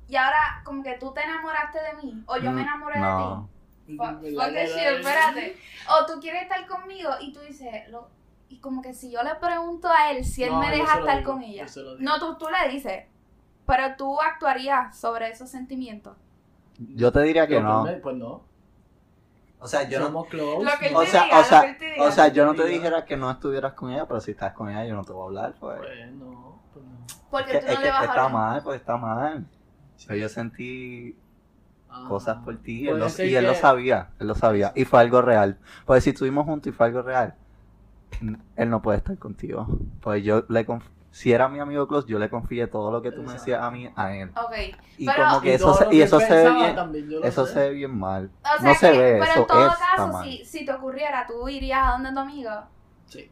Speaker 1: y ahora como que tú te enamoraste de mí o yo me
Speaker 2: Mm,
Speaker 1: enamoré de ti.
Speaker 2: No.
Speaker 1: Fuck fuck that shit, espérate. O tú quieres estar conmigo y tú dices, lo- y como que si yo le pregunto a él si él me deja estar con ella. No, tú, tú le dices, pero tú actuarías sobre esos sentimientos.
Speaker 2: Yo te diría que no.
Speaker 3: Pues no.
Speaker 2: O sea,
Speaker 3: Somos close.
Speaker 1: Lo que él
Speaker 2: O
Speaker 1: te
Speaker 2: sea,
Speaker 1: diga,
Speaker 2: o sea,
Speaker 1: lo que él te diga.
Speaker 2: O sea, yo no te dijera que no estuvieras con ella, pero si estás con ella, yo no te voy a hablar. Pues.
Speaker 3: Pues no, pues no.
Speaker 2: Es
Speaker 1: porque
Speaker 2: que,
Speaker 1: tú no
Speaker 2: es
Speaker 1: le
Speaker 2: que
Speaker 1: vas a
Speaker 2: está
Speaker 1: hablar.
Speaker 2: mal, pues está mal.
Speaker 3: Sí.
Speaker 2: Pero yo sentí
Speaker 3: Ah.
Speaker 2: cosas por ti.
Speaker 3: Puede
Speaker 2: él lo-
Speaker 3: ser
Speaker 2: y él lo
Speaker 3: que-
Speaker 2: sabía, él lo sabía. Y fue algo real. Pues si estuvimos juntos y fue algo real, n- él no puede estar contigo. Pues yo le conf- si era mi amigo Close, yo le confié todo lo que tú me
Speaker 3: Exacto.
Speaker 2: decías a mí a él.
Speaker 1: Ok,
Speaker 2: Y
Speaker 1: Pero-
Speaker 2: como que
Speaker 3: todo
Speaker 2: eso se,
Speaker 3: lo
Speaker 2: y
Speaker 3: que
Speaker 2: eso se ve
Speaker 3: pensaba
Speaker 2: bien,
Speaker 3: también yo lo
Speaker 2: eso
Speaker 3: sé.
Speaker 2: se ve bien mal.
Speaker 1: o sea
Speaker 2: No se
Speaker 1: que-
Speaker 2: ve,
Speaker 1: pero
Speaker 2: eso
Speaker 1: en todo
Speaker 2: es
Speaker 1: caso,
Speaker 2: tan
Speaker 1: si, si te ocurriera, tú irías a donde tu amigo
Speaker 3: Sí,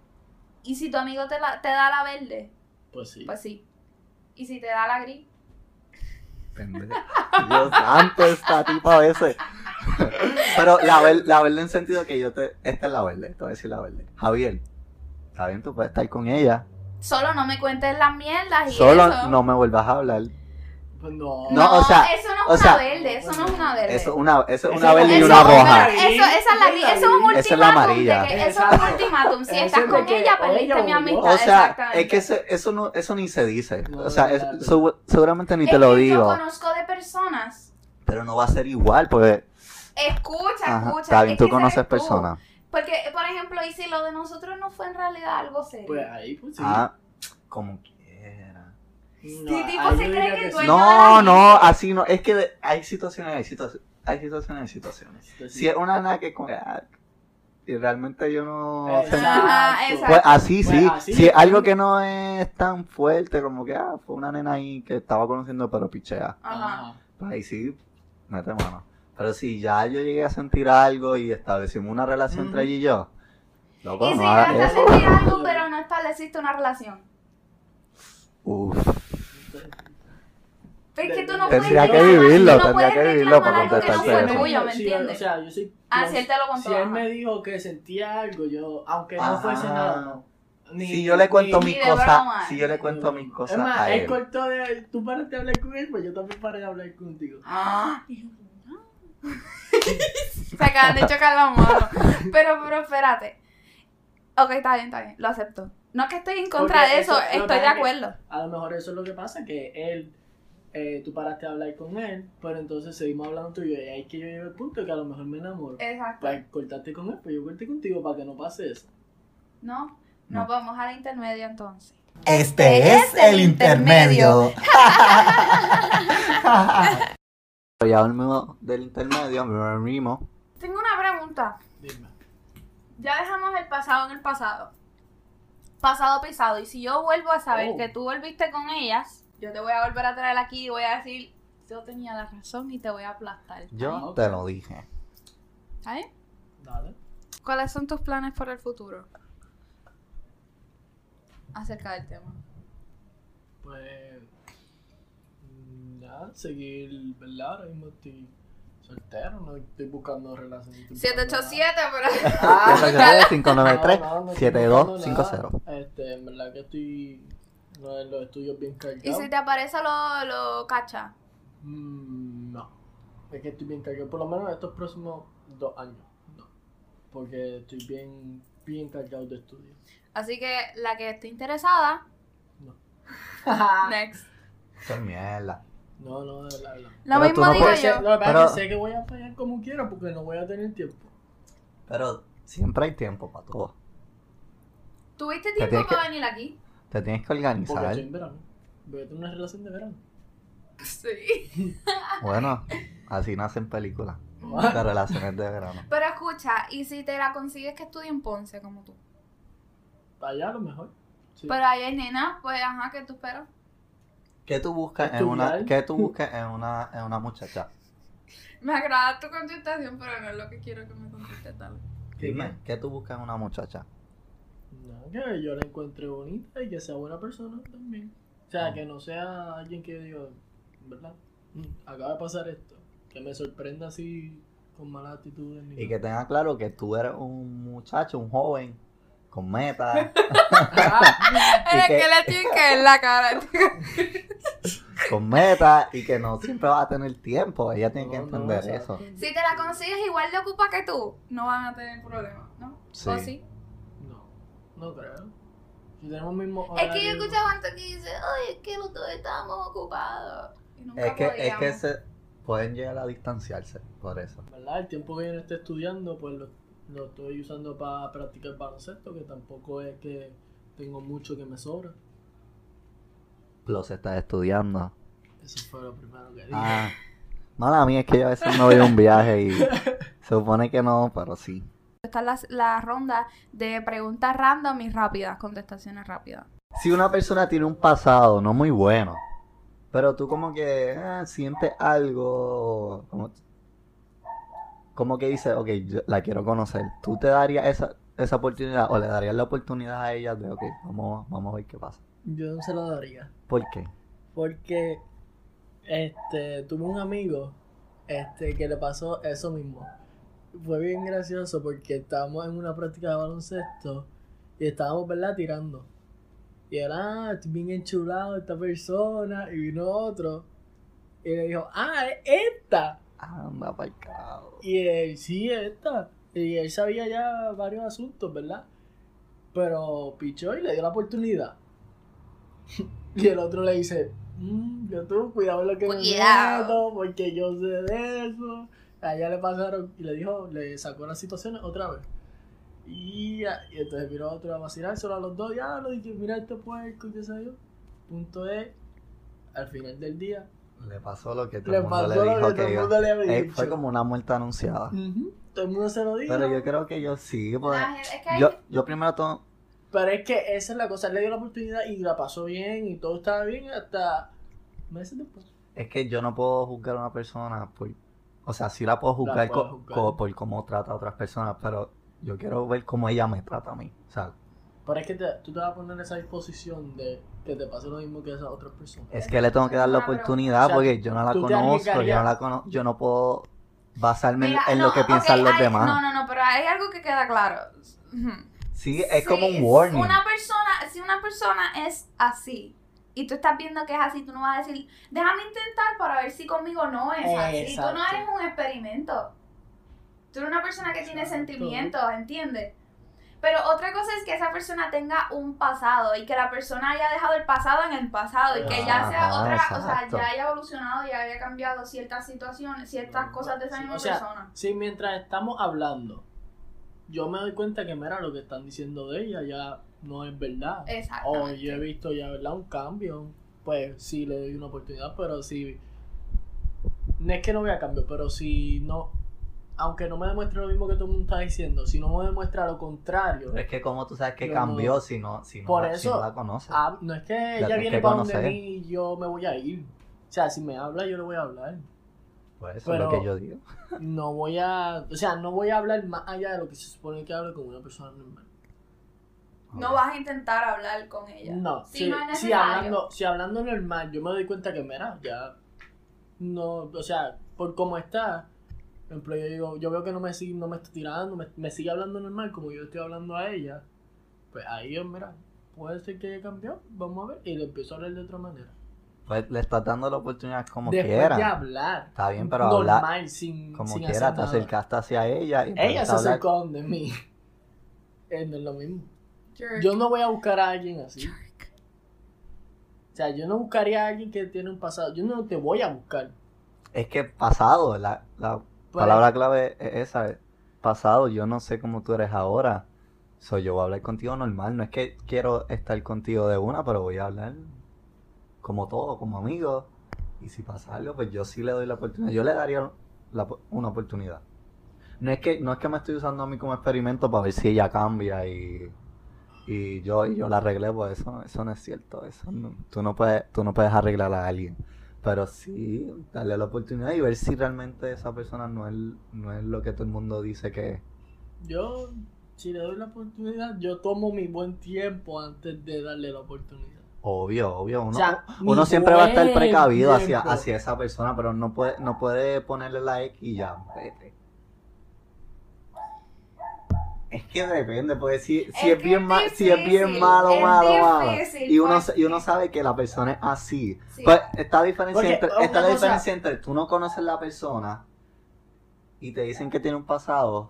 Speaker 1: y si tu amigo te, la- te da la verde,
Speaker 3: pues sí.
Speaker 1: pues sí. Y si te da la gris,
Speaker 2: Pendeja. Dios santo, esta tipa a veces. <laughs> Pero la, ver- la verde en sentido que yo te. Esta es la verde, te voy a decir la verde. Javier, está bien, tú puedes estar con ella.
Speaker 1: solo no me cuentes las mierdas y
Speaker 2: Solo
Speaker 1: eso.
Speaker 2: no me vuelvas a hablar.
Speaker 3: Pues no.
Speaker 2: No, o sea,
Speaker 1: eso no
Speaker 2: o
Speaker 1: es una
Speaker 2: sea,
Speaker 1: verde, eso no es una verde.
Speaker 2: Eso, una, eso es
Speaker 3: Esa
Speaker 2: una
Speaker 3: es la-
Speaker 2: verde y
Speaker 1: Eso
Speaker 2: una
Speaker 1: es una-
Speaker 2: roja.
Speaker 1: Eso, esa es la gris, eso es un ultimátum.
Speaker 2: Esa es la amarilla.
Speaker 1: de que- Eso es un
Speaker 3: Exacto.
Speaker 1: ultimátum. Si
Speaker 3: Eso
Speaker 1: estás
Speaker 3: es de
Speaker 1: con
Speaker 3: que
Speaker 1: ella,
Speaker 3: o ella
Speaker 1: perdiste
Speaker 3: o
Speaker 1: mi
Speaker 3: yo.
Speaker 1: amistad.
Speaker 2: O sea, es
Speaker 1: exactamente.
Speaker 2: que eso, eso, no, eso ni se dice.
Speaker 3: No,
Speaker 2: o sea, es-
Speaker 3: exacto.
Speaker 2: segu- seguramente ni
Speaker 1: Es
Speaker 2: te lo
Speaker 1: que Yo
Speaker 2: digo.
Speaker 1: conozco de personas.
Speaker 2: Pero no va a ser igual, porque.
Speaker 1: Escucha,
Speaker 2: Ajá,
Speaker 1: escucha.
Speaker 2: está bien,
Speaker 1: es
Speaker 2: tú
Speaker 1: que
Speaker 2: conoces
Speaker 1: sabes tú.
Speaker 2: personas.
Speaker 1: Porque, por ejemplo, y si lo de nosotros no fue en realidad algo serio.
Speaker 3: Pues ahí, pues sí.
Speaker 2: Ah, como quiera.
Speaker 3: No,
Speaker 1: Sí, tipo,
Speaker 3: ahí
Speaker 1: se cree
Speaker 3: yo diría
Speaker 1: que el
Speaker 3: sí.
Speaker 1: dueño-
Speaker 2: No,
Speaker 1: de la
Speaker 2: no,
Speaker 1: vida.
Speaker 2: así no. Es que de- hay situaciones, hay situaciones. Hay situaciones, hay situaciones.
Speaker 3: Este
Speaker 2: Si es una nana que. como, ah, y realmente yo no.
Speaker 3: Exacto.
Speaker 2: sé-
Speaker 1: Ajá, exacto.
Speaker 2: Pues así
Speaker 3: Pues
Speaker 2: sí,
Speaker 3: así,
Speaker 2: si es
Speaker 3: sí.
Speaker 2: algo que no es tan fuerte como que ah, fue una nena ahí que estaba conociendo pero pichea,
Speaker 1: Ajá.
Speaker 2: pues ahí sí, mete mano. Pero si ya yo llegué a sentir algo y establecimos una relación entre
Speaker 3: Ujú.
Speaker 2: ella y yo, loco,
Speaker 1: Y si
Speaker 2: no hagas
Speaker 1: llegaste a
Speaker 2: eso.
Speaker 1: sentir algo, pero no estableciste una relación.
Speaker 2: Uf,
Speaker 1: Es que tú no
Speaker 2: Tendría
Speaker 1: puedes
Speaker 2: que
Speaker 1: reclamar-
Speaker 2: vivirlo,
Speaker 1: tú no
Speaker 2: tendría
Speaker 1: puedes
Speaker 2: que vivirlo
Speaker 1: reclamar
Speaker 2: para
Speaker 1: algo que no
Speaker 2: contestarte
Speaker 1: fue
Speaker 2: eso.
Speaker 1: tuyo, ¿me
Speaker 3: Sí, O
Speaker 1: entiendes?
Speaker 3: sea, yo sí.
Speaker 1: Ah,
Speaker 3: yo-
Speaker 1: sí, él te lo contó,
Speaker 3: Si él
Speaker 1: ajá.
Speaker 3: me dijo que sentía algo, yo, aunque no
Speaker 2: Ajá.
Speaker 3: fuese nada, no. Ni-
Speaker 2: si yo le cuento
Speaker 3: ni-
Speaker 1: mi-
Speaker 2: mis
Speaker 1: de broma.
Speaker 2: cosas, si yo le
Speaker 3: ni-
Speaker 2: cuento mis cosas
Speaker 3: Es más,
Speaker 2: a
Speaker 3: él
Speaker 2: él,
Speaker 3: cortó de. Tú paraste de hablar con él, pues yo también paré de hablar contigo. <laughs>
Speaker 1: Ah, Se acaban de chocar los monos. Pero, pero espérate. Ok, está bien, está bien. Lo acepto. No es que estoy en contra
Speaker 3: Porque
Speaker 1: de eso,
Speaker 3: eso- lo que
Speaker 1: estoy de
Speaker 3: pasa es que-
Speaker 1: acuerdo.
Speaker 3: A lo mejor eso es lo que pasa, que él, eh, tú paraste de hablar con él, pero entonces seguimos hablando tú y yo, y ahí es que yo llego al punto que a lo mejor me enamoro.
Speaker 1: Exacto.
Speaker 3: Pues cortaste con él, pues yo corté contigo para que no pase eso.
Speaker 1: No, nos
Speaker 2: No.
Speaker 1: vamos al intermedio entonces.
Speaker 4: Este es el intermedio.
Speaker 2: Pero ya volvimos del intermedio, volvimos.
Speaker 1: Tengo una pregunta.
Speaker 3: Dime.
Speaker 1: Ya dejamos el pasado en el pasado. Pasado pisado. Y si yo vuelvo a saber
Speaker 3: Oh.
Speaker 1: que tú volviste con ellas, yo te voy a volver a traer aquí y voy a decir, yo tenía la razón y te voy a aplastar.
Speaker 2: yo
Speaker 3: Ah, ok.
Speaker 2: te lo dije.
Speaker 1: ¿Está bien?
Speaker 3: Dale.
Speaker 1: ¿Cuáles son tus planes para el futuro? Acerca del tema.
Speaker 3: Pues. mm, Nada, seguir, ¿verdad? Ahora mismo estoy soltero, no estoy buscando relación. no estoy buscando nada.
Speaker 1: 787, pero...
Speaker 3: Ah,
Speaker 2: <laughs>
Speaker 3: No, no, no estoy buscando
Speaker 2: 593-7250.
Speaker 3: nada. Este, en verdad que estoy. no, en los estudios bien
Speaker 1: <laughs>
Speaker 3: cargados.
Speaker 1: ¿Y si te aparece lo, lo cacha?
Speaker 3: Mm, No. Es que estoy bien cargado. Por lo menos en estos próximos dos años. No. Porque estoy bien, bien cargado
Speaker 1: <laughs>
Speaker 3: de estudios.
Speaker 1: Así que la que esté interesada, next.
Speaker 2: Qué mierda.
Speaker 3: No, no, de verdad. no.
Speaker 1: Lo
Speaker 2: Pero tú
Speaker 1: mismo
Speaker 2: no
Speaker 1: digo
Speaker 2: puedes
Speaker 1: yo.
Speaker 3: Sé- Lo que pasa es que
Speaker 2: Pero-
Speaker 3: sé que voy a fallar como quiera porque no voy a tener tiempo.
Speaker 2: Pero siempre hay tiempo para todo.
Speaker 1: ¿Tuviste
Speaker 2: Te
Speaker 1: tiempo
Speaker 2: tienes
Speaker 1: para
Speaker 2: que-
Speaker 1: venir aquí?
Speaker 2: Te tienes que
Speaker 3: Porque
Speaker 2: organizar.
Speaker 3: estoy en verano. Voy a tener una relación de verano.
Speaker 1: Sí. <laughs>
Speaker 2: Bueno, así nacen películas de relaciones de verano.
Speaker 1: Pero escucha, ¿y si te la consigues que estudie en Ponce como tú?
Speaker 3: Allá a lo mejor. Sí.
Speaker 1: Pero ahí hay nena, pues ajá, que tú esperas?
Speaker 2: ¿Qué tú buscas en
Speaker 3: Estudiar.
Speaker 2: una, qué tú buscas en una, en una muchacha?
Speaker 1: Me agrada tu contestación, pero no es lo que quiero que me contestes
Speaker 2: <laughs>
Speaker 1: tal.
Speaker 3: ¿Qué,
Speaker 2: Dime, ¿qué tú buscas en una muchacha?
Speaker 3: No, que yo la encuentre bonita y que sea buena persona también. O sea,
Speaker 2: Ah.
Speaker 3: que no sea alguien que yo diga, ¿verdad? Mm, Acaba de pasar esto. Que me sorprenda así con malas actitudes. ni
Speaker 2: Y que
Speaker 3: nada.
Speaker 2: tenga claro que tú eres un muchacho, un joven, con metas.
Speaker 1: Es
Speaker 3: <laughs>
Speaker 2: y
Speaker 1: que
Speaker 2: que,
Speaker 1: le tienen que ver la
Speaker 2: <laughs>
Speaker 1: cara.
Speaker 2: con metas y que no siempre vas a tener tiempo. Ella tiene que
Speaker 3: No, no,
Speaker 2: entender
Speaker 3: o sea,
Speaker 2: eso.
Speaker 1: Si te la consigues igual de ocupa que tú, no van a tener problemas, ¿no?
Speaker 2: Sí.
Speaker 1: ¿O sí?
Speaker 3: No, no creo. Si tenemos mismo
Speaker 1: Es que yo he
Speaker 3: horario-
Speaker 1: escuchado antes que dice, ay, es que los dos estábamos ocupados. Y nunca
Speaker 2: Es que, es que
Speaker 1: podíamos.
Speaker 2: se pueden llegar a distanciarse por eso.
Speaker 3: ¿verdad? El tiempo que yo no esté estudiando, pues lo, lo estoy usando para practicar baloncesto, que tampoco es que tengo mucho que me sobra.
Speaker 2: Los estás estudiando.
Speaker 3: Eso fue lo primero que dije. <laughs>
Speaker 2: Ah, mala mía, es que yo a veces me voy a un viaje y se supone que no, pero sí.
Speaker 1: Está la, la ronda de preguntas random y rápidas, contestaciones rápidas.
Speaker 2: Si una persona tiene un pasado no muy bueno, pero tú como que ah, sientes algo, como, como que dices, ok, yo la quiero conocer, ¿tú te darías esa, esa oportunidad o le darías la oportunidad a ella de, ok, vamos, vamos a ver qué pasa?
Speaker 3: Yo no se lo daría.
Speaker 2: ¿Por qué?
Speaker 3: Porque este tuve un amigo este que le pasó eso mismo. Fue bien gracioso porque estábamos en una práctica de baloncesto y estábamos, ¿verdad?, tirando. Y era, "Ah, estoy bien enchulado esta persona, y vino otro. Y le dijo, ah, es esta.
Speaker 2: Anda pa'l cabo.
Speaker 3: Y él, sí, esta. Y él sabía ya varios asuntos, ¿verdad? Pero pichó y le dio la oportunidad. <laughs> y el otro le dice, "Mm, yo tú, cuidado en lo que me
Speaker 1: Cuidado.
Speaker 3: meto, porque yo sé de eso. A ella le pasaron y le dijo, le sacó las situaciones otra vez. Y, a- y entonces miró a otro a vacilar, solo a los dos, ya lo dije, mira este puerco, y qué sé yo. Punto es, al final del día,
Speaker 2: Le pasó lo que todo
Speaker 3: le
Speaker 2: el mundo
Speaker 3: pasó
Speaker 2: le
Speaker 3: lo
Speaker 2: dijo
Speaker 3: que todo
Speaker 2: que
Speaker 3: el
Speaker 2: iba.
Speaker 3: mundo le había
Speaker 2: Eh,
Speaker 3: dicho.
Speaker 2: Fue como una muerte anunciada.
Speaker 3: Ujú, Todo el mundo se lo dijo.
Speaker 2: Pero yo creo que yo sí, pues,
Speaker 1: La gente- es que hay-
Speaker 2: yo, yo primero todo,
Speaker 3: Pero es que esa es la cosa, él le dio la oportunidad y la pasó bien y todo estaba bien hasta meses después.
Speaker 2: es que yo no puedo juzgar a una persona por, o sea, sí la puedo juzgar,
Speaker 3: puedes
Speaker 2: co-
Speaker 3: juzgar.
Speaker 2: co- por cómo trata a otras personas, pero yo quiero ver cómo ella me trata a mí, o sea,
Speaker 3: Pero es que te- tú te vas a poner en esa disposición de que te pase lo mismo que a esas otras personas.
Speaker 2: es que le tengo que dar la
Speaker 1: Ah, pero-
Speaker 2: oportunidad
Speaker 3: o sea,
Speaker 2: porque yo no la
Speaker 3: tú te
Speaker 2: conozco, yo no
Speaker 3: arriesgarías.
Speaker 2: la conozco, yo no puedo basarme en-
Speaker 1: Mira,
Speaker 2: en, lo
Speaker 1: no,
Speaker 2: que piensan
Speaker 1: ok,
Speaker 2: los
Speaker 1: hay-
Speaker 2: demás.
Speaker 1: No, no, no, pero hay algo que queda claro. Ujú.
Speaker 2: Sí, es como
Speaker 1: Sí,
Speaker 2: un warning.
Speaker 1: Una persona, si una persona es así y tú estás viendo que es así, tú no vas a decir, déjame intentar para ver si conmigo no es así. Tú no
Speaker 3: Exacto.
Speaker 1: eres un experimento. Tú eres una persona que tiene
Speaker 3: Exacto.
Speaker 1: sentimientos, ¿entiendes? Pero otra cosa es que esa persona tenga un pasado y que la persona haya dejado el pasado en el pasado y que ya sea
Speaker 2: Ajá,
Speaker 1: otra, o sea,
Speaker 2: Ah, exacto.
Speaker 1: ya haya evolucionado y haya cambiado ciertas situaciones, ciertas cosas de esa
Speaker 3: Sí,
Speaker 1: misma
Speaker 3: o sea,
Speaker 1: persona.
Speaker 3: Sí, mientras estamos hablando, yo me doy cuenta que mira lo que están diciendo de ella ya no es verdad.
Speaker 2: Oh,
Speaker 3: O
Speaker 1: Exactamente.
Speaker 3: yo he visto ya, ¿verdad? Un cambio. Pues sí, le doy una oportunidad, pero si... No es que no vea cambio, pero si no... Aunque no me demuestre lo mismo que todo el mundo está diciendo, si no me demuestra lo contrario...
Speaker 2: Pero es que como tú sabes que
Speaker 3: Yo no-
Speaker 2: cambió si no, si no,
Speaker 3: Por
Speaker 2: la- si
Speaker 3: eso-
Speaker 2: no la conoces.
Speaker 3: ah, no es que ella
Speaker 2: tienes
Speaker 3: viene
Speaker 2: que
Speaker 3: para donde
Speaker 2: conocer.
Speaker 3: mí y yo me voy a ir. O sea, si me habla, yo le voy a hablar.
Speaker 2: Pues eso es lo
Speaker 3: pero-
Speaker 2: que yo digo.
Speaker 3: No voy a... O sea, no voy a hablar más allá de lo que se supone que hablo con una persona normal.
Speaker 1: No vas a intentar hablar con ella.
Speaker 3: No,
Speaker 1: Si
Speaker 3: si,
Speaker 1: no es
Speaker 3: si
Speaker 1: necesario.
Speaker 3: hablando, si hablando normal, yo me doy cuenta que, mira, ya. No, o sea, por cómo está. Por ejemplo, yo digo, yo veo que no me sigue, no me está tirando, me, me sigue hablando normal como yo estoy hablando a ella. Pues ahí yo, mira, puede ser que haya cambiado, vamos a ver. Y le empiezo a hablar de otra manera.
Speaker 2: Pues le estás dando la oportunidad como
Speaker 3: Después
Speaker 2: quiera.
Speaker 3: de hablar.
Speaker 2: Está bien, pero
Speaker 3: normal,
Speaker 2: hablar
Speaker 3: sin.
Speaker 2: como
Speaker 3: sin
Speaker 2: quiera,
Speaker 3: hacer
Speaker 2: te
Speaker 3: nada.
Speaker 2: acercaste hacia ella. Y
Speaker 3: Ella
Speaker 2: empezaste
Speaker 3: se
Speaker 2: a hablar.
Speaker 3: acercó de mí. <laughs> Eh, no es lo mismo.
Speaker 1: Jerk.
Speaker 3: Yo no voy a buscar a alguien así. O sea, yo no buscaría a alguien que tiene un pasado. Yo no te voy a buscar.
Speaker 2: Es que pasado, la, la
Speaker 3: Pero-
Speaker 2: palabra clave es esa. es Pasado, yo no sé cómo tú eres ahora. Soy yo voy a hablar contigo normal. No es que quiero estar contigo de una, pero voy a hablar como todo, como amigo. Y si pasa algo, pues yo sí le doy la oportunidad. Yo le daría la po- una oportunidad. No es que no es que me estoy usando a mí como experimento para ver si ella cambia y, y yo y yo la arreglé, pues eso, eso no es cierto. Eso no- tú no puedes tú no puedes arreglar a alguien. Pero sí, darle la oportunidad y ver si realmente esa persona no es, no es lo que todo el mundo dice que es.
Speaker 3: Yo, si le doy la oportunidad, yo tomo mi buen tiempo antes de darle la oportunidad.
Speaker 2: Obvio, obvio. Uno,
Speaker 3: o sea,
Speaker 2: uno
Speaker 3: mi
Speaker 2: siempre va a estar
Speaker 3: buen
Speaker 2: precavido hacia,
Speaker 3: tiempo.
Speaker 2: hacia esa persona, pero no puede, no puede ponerle la X y ya, vete. Es que depende, porque si, si
Speaker 1: Es
Speaker 2: es,
Speaker 1: que
Speaker 2: bien
Speaker 1: es
Speaker 2: ma- si es bien
Speaker 1: difícil,
Speaker 2: malo,
Speaker 1: es
Speaker 2: malo, malo.
Speaker 1: difícil, pues.
Speaker 2: Y uno,
Speaker 1: porque-
Speaker 2: y uno sabe que la persona es así.
Speaker 1: Sí.
Speaker 2: Pues está la diferencia,
Speaker 3: Porque,
Speaker 2: entre,
Speaker 3: una
Speaker 2: está la
Speaker 3: cosa-
Speaker 2: diferencia entre tú no conoces la persona y te dicen que tiene un pasado,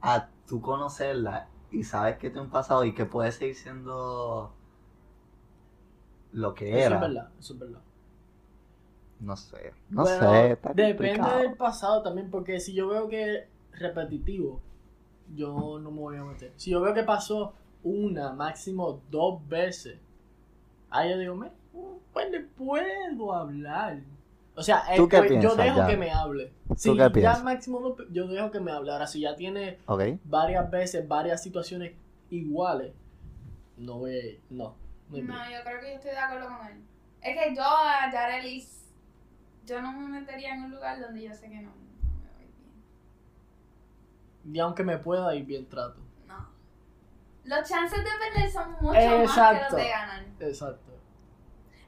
Speaker 2: a tú conocerla y sabes que tiene un pasado y que puede seguir siendo lo que
Speaker 3: Eso es
Speaker 2: era.
Speaker 3: verdad, eso es verdad.
Speaker 2: No sé, no
Speaker 3: Bueno,
Speaker 2: sé, está
Speaker 3: Depende
Speaker 2: complicado.
Speaker 3: del pasado también, porque si yo veo que es repetitivo, yo no me voy a meter. Si yo veo que pasó una, máximo dos veces, ahí yo digo, "Me- pues le puedo hablar. O sea, eh,
Speaker 2: ¿Tú qué
Speaker 3: pues, yo
Speaker 2: piensas,
Speaker 3: dejo
Speaker 2: Jan?
Speaker 3: que me hable. Si
Speaker 2: qué
Speaker 3: ya
Speaker 2: piensas?
Speaker 3: máximo dos, yo dejo que me hable. Ahora, si ya tiene
Speaker 2: Ok,
Speaker 3: varias veces, varias situaciones iguales, no voy a ir. No, no hay break.
Speaker 1: No, yo creo que yo estoy de acuerdo con él. Es que yo a Yarelis, yo no me metería en un lugar donde yo sé que no, no me voy bien.
Speaker 3: Y aunque me pueda ir bien trato.
Speaker 1: No. Los chances de perder son mucho más que
Speaker 3: Exacto.
Speaker 1: los de ganar.
Speaker 3: Exacto.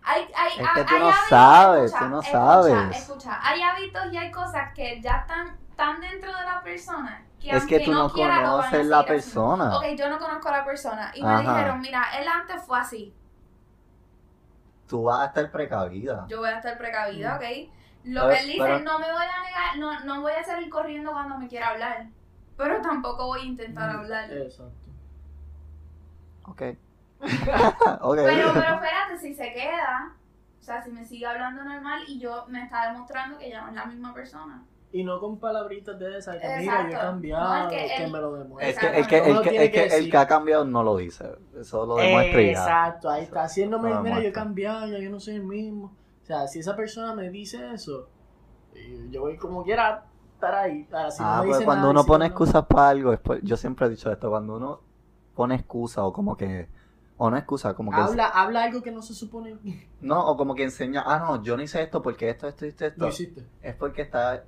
Speaker 1: Hay, hay,
Speaker 2: Es
Speaker 1: hay-
Speaker 2: que tú
Speaker 1: hay
Speaker 2: no
Speaker 1: hábitos-
Speaker 2: sabes, tú no
Speaker 1: escucha,
Speaker 2: sabes.
Speaker 1: Escucha, hay hábitos y hay cosas que ya están tan dentro de la persona que
Speaker 2: es que
Speaker 1: aunque
Speaker 2: tú no
Speaker 1: quiera, lo van a
Speaker 2: conoces
Speaker 1: seguir
Speaker 2: la
Speaker 1: haciendo.
Speaker 2: persona.
Speaker 1: Ok, yo no conozco a la persona. Y me
Speaker 2: Ajá.
Speaker 1: dijeron, mira, él antes fue así.
Speaker 2: Tú vas a estar precavida.
Speaker 1: Yo voy a estar precavida, ¿ok? Lo
Speaker 2: Pero-
Speaker 1: que él dice,
Speaker 2: Mm. Pues, pero-
Speaker 1: no me voy a negar, no, no voy a salir corriendo cuando me quiera hablar, pero tampoco voy a intentar
Speaker 2: Mm.
Speaker 1: hablar.
Speaker 3: Mm,
Speaker 2: Eh,
Speaker 3: Exacto. <laughs>
Speaker 2: Ok. ok.
Speaker 1: Pero, pero espérate, si se queda, o sea, si me sigue hablando normal y yo me está demostrando que ya no es la misma persona.
Speaker 3: Y no con palabritas de esas, que mira, yo he
Speaker 1: Exacto.
Speaker 3: cambiado,
Speaker 1: No, es
Speaker 3: que,
Speaker 1: que él-
Speaker 3: me lo
Speaker 2: Es
Speaker 3: demuestre.
Speaker 2: que, es que,
Speaker 3: Uno
Speaker 2: el, que,
Speaker 3: tiene
Speaker 2: es que el
Speaker 3: decir-
Speaker 2: que ha cambiado no lo dice. Eso lo demuestra y ya.
Speaker 3: Exacto, ahí está. Si él no me
Speaker 2: Lo
Speaker 3: dice, mira, yo he
Speaker 2: demuestra.
Speaker 3: cambiado, ya yo no soy el mismo. O sea, si esa persona me dice eso, y yo voy como quiera a estar ahí. Ahora, si no
Speaker 2: Ah,
Speaker 3: me
Speaker 2: pues
Speaker 3: dice
Speaker 2: cuando
Speaker 3: nada,
Speaker 2: uno
Speaker 3: si
Speaker 2: pone
Speaker 3: no-
Speaker 2: excusas para algo, es por- yo siempre he dicho esto, cuando uno pone excusa o como que, o no excusa, como que,
Speaker 3: Habla, habla algo que no se supone que
Speaker 2: no, o como que enseña, ah, no, yo no hice esto porque esto, esto, esto, esto,
Speaker 3: lo hiciste.
Speaker 2: es porque está,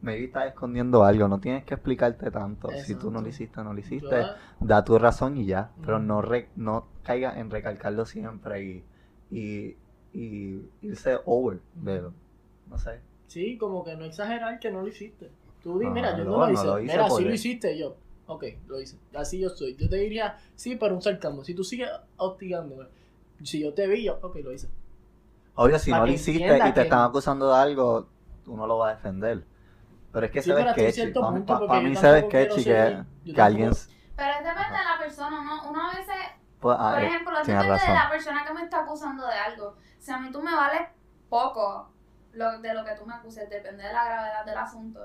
Speaker 2: maybe estás escondiendo algo, no tienes que explicarte tanto, si tú no
Speaker 3: Exacto.
Speaker 2: lo hiciste, no lo
Speaker 3: Yo,
Speaker 2: hiciste,
Speaker 3: ah,
Speaker 2: da tu razón y ya, pero
Speaker 3: Ujú.
Speaker 2: no re- no caigas en recalcarlo siempre y, y, y irse over de,
Speaker 3: Ujú.
Speaker 2: no sé,
Speaker 3: Sí, como que no exagerar que no lo hiciste. Tú di,
Speaker 2: Ajá,
Speaker 3: mira, yo
Speaker 2: Ah, no,
Speaker 3: no,
Speaker 2: no
Speaker 3: lo hice.
Speaker 2: lo hice
Speaker 3: mira, sí
Speaker 2: porque-
Speaker 3: lo hiciste y yo. Ok, lo hice. Así yo soy. Yo te diría, sí, pero un sarcasmo. Si tú sigues hostigándome, si yo te vi, yo, ok, lo hice.
Speaker 2: obvio, si
Speaker 3: Para
Speaker 2: no lo
Speaker 3: que
Speaker 2: hiciste
Speaker 3: entienda
Speaker 2: y te
Speaker 3: que-
Speaker 2: están acusando de algo, uno lo va a defender, pero es que
Speaker 3: Sí,
Speaker 2: se
Speaker 3: pero
Speaker 2: ve
Speaker 3: hasta un
Speaker 2: sketchy,
Speaker 3: cierto
Speaker 2: para
Speaker 3: punto, porque yo
Speaker 2: mí se ve
Speaker 3: tampoco quiero
Speaker 2: sketchy
Speaker 3: ser-
Speaker 2: que,
Speaker 3: yo
Speaker 2: que alguien,
Speaker 3: tampoco-
Speaker 1: Pero es depende de la persona, ¿no? Uno a veces,
Speaker 2: pues, ah,
Speaker 1: por
Speaker 2: eh,
Speaker 1: ejemplo,
Speaker 2: tienes
Speaker 1: depende
Speaker 2: razón.
Speaker 1: de la persona que me está acusando de algo. Si a mí tú me vales poco lo- de lo que tú me acuses, depende de la gravedad del asunto.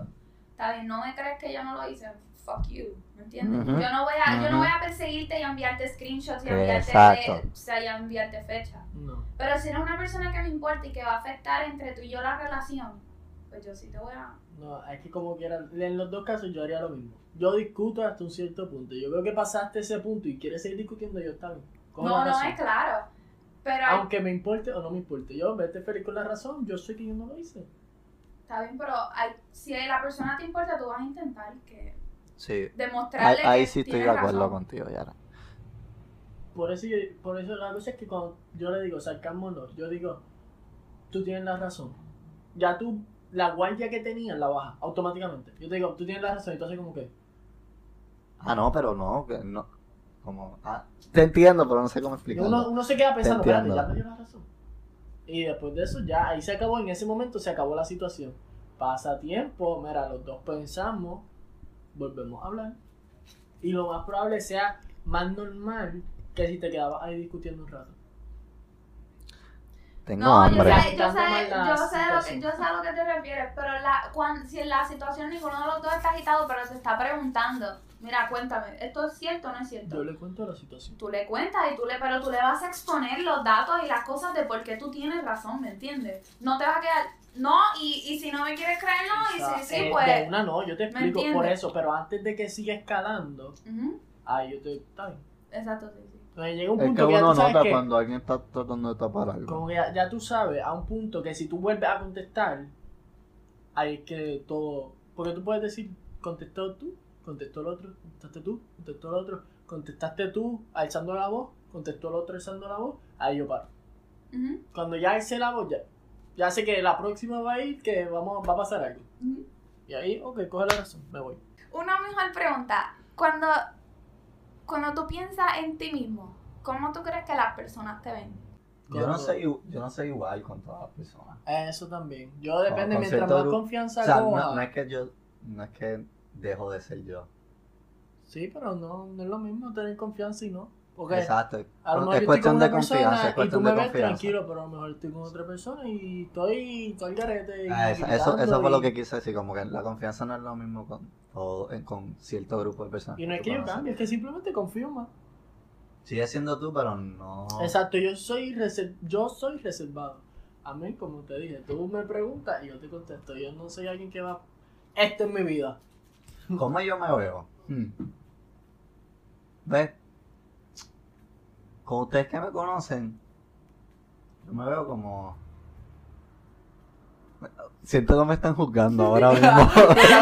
Speaker 1: Está bien, no me crees que yo no lo hice, fuck you, ¿me entiendes?
Speaker 2: Ujú,
Speaker 1: yo, no voy a, yo no
Speaker 2: ujú.
Speaker 1: voy a perseguirte y enviarte screenshots y enviarte,
Speaker 2: Exacto.
Speaker 1: o sea, y enviarte fechas.
Speaker 3: No.
Speaker 1: Pero si eres una persona que me importa y que va a afectar entre tú y yo la relación, pues yo sí te voy a...
Speaker 3: No, es que como quieran. En los dos casos yo haría lo mismo. Yo discuto hasta un cierto punto. Yo veo que pasaste ese punto y quieres seguir discutiendo, yo está bien. Con
Speaker 1: No, no,
Speaker 3: la razón.
Speaker 1: es claro. Pero hay-
Speaker 3: Aunque me importe o no me importe. Yo, en vez de feliz con la razón, yo sé que yo no lo hice.
Speaker 1: está bien, pero hay- si la persona te importa, tú vas a intentar que
Speaker 2: Sí. Ahí,
Speaker 1: demostrarle
Speaker 2: ahí
Speaker 1: que
Speaker 2: sí estoy de
Speaker 1: tienes
Speaker 2: acuerdo
Speaker 1: razón.
Speaker 2: contigo, Yara.
Speaker 3: Por eso, yo- por eso la cosa es que cuando yo le digo sarcasmo no, yo digo, tú tienes la razón. Ya tú, la guardia que tenías la baja automáticamente. Yo te digo, tú tienes la razón, entonces como que,
Speaker 2: Ah, no, pero no, que no. Como, ah, te entiendo, pero no sé cómo
Speaker 3: Y
Speaker 2: explicarlo.
Speaker 3: uno, uno se queda pensando,
Speaker 2: Te
Speaker 3: espérate,
Speaker 2: entiendo.
Speaker 3: ya me dio la razón. Y después de eso, ya ahí se acabó, en ese momento se acabó la situación. Pasa tiempo, mira, los dos pensamos, volvemos a hablar. Y lo más probable sea más normal que si te quedabas ahí discutiendo un rato.
Speaker 2: Tengo
Speaker 1: No, yo
Speaker 2: hambre.
Speaker 1: sé, yo
Speaker 3: Tanto
Speaker 1: sé,
Speaker 3: mal
Speaker 1: yo
Speaker 3: la
Speaker 1: sé, lo que,
Speaker 3: situación.
Speaker 1: yo sé a lo que te refieres, pero la, cuan- si en la situación ninguno de los dos está agitado, pero se está preguntando, mira, cuéntame, ¿esto es cierto o no es cierto?
Speaker 3: Yo le cuento la situación.
Speaker 1: tú le cuentas y tú le, pero tú le vas a exponer los datos y las cosas de por qué tú tienes razón, ¿me entiendes? No te vas a quedar, no, y, y si no me quieres creer, no,
Speaker 3: O sea,
Speaker 1: y si sí,
Speaker 3: eh, de
Speaker 1: pues.
Speaker 3: una no, yo te explico por
Speaker 1: entiendes?
Speaker 3: eso, pero antes de que siga escalando,
Speaker 1: Ujú,
Speaker 3: ahí yo te... Está bien.
Speaker 1: Exacto, sí, sí.
Speaker 3: Entonces llega un
Speaker 2: Es que
Speaker 3: punto que, ya
Speaker 2: uno
Speaker 3: tú sabes
Speaker 2: nota
Speaker 3: que...
Speaker 2: cuando alguien está tratando de tapar algo.
Speaker 3: Como que ya, ya tú sabes, a un punto que si tú vuelves a contestar, ahí es que todo. Porque tú puedes decir, contestó tú, contestó el otro, contestaste tú, contestó el otro, contestaste tú alzando la voz, contestó el otro alzando la voz, ahí yo paro.
Speaker 1: Ujú,
Speaker 3: Cuando ya alce la voz, ya, ya sé que la próxima va a ir, que vamos, va a pasar algo.
Speaker 1: ujú.
Speaker 3: Y ahí, ok, coge la razón, me voy.
Speaker 1: Una mejor pregunta, cuando, cuando tú piensas en ti mismo, ¿cómo tú crees que las personas te ven?
Speaker 2: Yo no, soy, igu- yo no soy igual con todas las personas.
Speaker 3: Eso también. Yo depende,
Speaker 2: con
Speaker 3: mientras
Speaker 2: cierto
Speaker 3: más
Speaker 2: grupo.
Speaker 3: confianza
Speaker 2: O sea,
Speaker 3: coja-
Speaker 2: no, no es que yo, no es que dejo de ser yo.
Speaker 3: Sí, pero no, no es lo mismo tener confianza y no. Porque
Speaker 2: Exacto. Es
Speaker 3: A lo mejor yo estoy
Speaker 2: cuestión
Speaker 3: con una
Speaker 2: de confianza, es
Speaker 3: persona y tú
Speaker 2: cuestión
Speaker 3: me
Speaker 2: de
Speaker 3: ves
Speaker 2: confianza.
Speaker 3: tranquilo, pero a lo mejor estoy con otra persona y estoy, estoy al garete. y
Speaker 2: Ah, esa- eso,
Speaker 3: gritando
Speaker 2: eso fue lo
Speaker 3: y-
Speaker 2: que quise decir, como que la confianza no es lo mismo con, todo, eh, con cierto grupo de personas.
Speaker 3: Y no es
Speaker 2: tú
Speaker 3: que yo
Speaker 2: conoces.
Speaker 3: cambie, es que simplemente confío más.
Speaker 2: Sigue siendo tú, pero no.
Speaker 3: Exacto, yo soy, reser- yo soy reservado. A mí, como te dije, tú me preguntas y yo te contesto. Yo no soy alguien que va, esto es
Speaker 2: <laughs>
Speaker 3: mi vida.
Speaker 2: ¿Cómo yo me veo? Hmm. ¿Ves? Con ustedes que me conocen, yo me veo como. Siento que me están juzgando ahora
Speaker 3: <laughs>
Speaker 2: mismo.
Speaker 3: La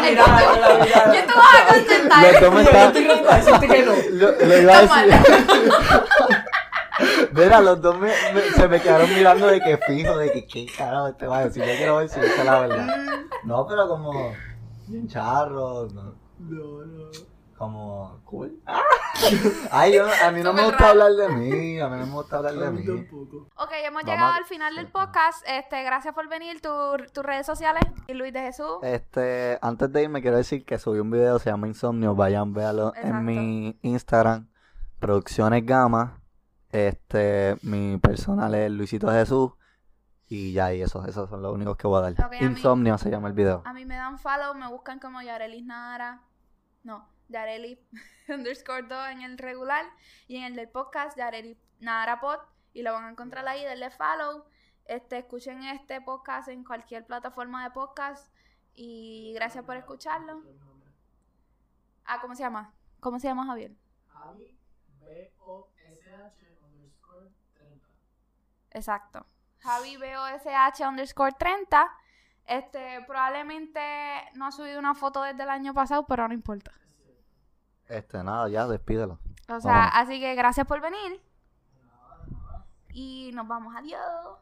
Speaker 2: <laughs>
Speaker 3: mirada, la mirada.
Speaker 1: ¿Qué tú vas a contestar?
Speaker 2: Lo- <laughs> tú me
Speaker 3: Yo no
Speaker 2: estás-
Speaker 3: estoy grabando, decirte que
Speaker 2: <laughs>
Speaker 3: no.
Speaker 2: Lo- lo iba a
Speaker 1: Está
Speaker 2: decir- <laughs> Mira, los dos me- me- se me quedaron mirando de que fijo, de que qué carajo te va a decir. Yo quiero ver si dice la verdad. No, pero como. Bien charro, no,
Speaker 3: No, no.
Speaker 2: como. Cool. <laughs> Ay, yo, a mí no me
Speaker 1: Súper
Speaker 2: gusta
Speaker 1: raro.
Speaker 2: hablar de mí, a mí no me gusta hablar de
Speaker 3: A mí
Speaker 2: mí.
Speaker 3: tampoco.
Speaker 1: Ok, hemos
Speaker 2: Vamos
Speaker 1: llegado
Speaker 2: a-
Speaker 1: al final del
Speaker 2: sí.
Speaker 1: podcast. Este, gracias por venir. Tu- Tus redes sociales y Luis de Jesús.
Speaker 2: Este, antes de irme quiero decir que subí un video, se llama Insomnio, vayan, véalo
Speaker 1: Exacto.
Speaker 2: en mi Instagram, Producciones Gama, este, mi personal es Luisito Jesús, y ya, y eso, esos son los únicos que voy a dar.
Speaker 1: Ok, a mí-
Speaker 2: Insomnio se llama el video.
Speaker 1: A mí me dan follow, me buscan como Yarelis Nara. No, Yarelis <laughs> underscore 2 en el regular y en el del podcast Yarelis Nara Pod. Y lo van a encontrar ahí, denle follow. Este, escuchen este podcast en cualquier plataforma de podcast. Y gracias por escucharlo. Ah, ¿cómo se llama? ¿Cómo se llama Javier?
Speaker 3: Javi, B-O-S-H underscore 30.
Speaker 1: Exacto. Javi BOSH underscore 30. Este, probablemente no ha subido una foto desde el año pasado, pero no importa.
Speaker 2: Este, nada, ya, despídelo.
Speaker 1: O sea,
Speaker 2: Vamos.
Speaker 1: así que gracias por venir. Y nos vamos, adiós.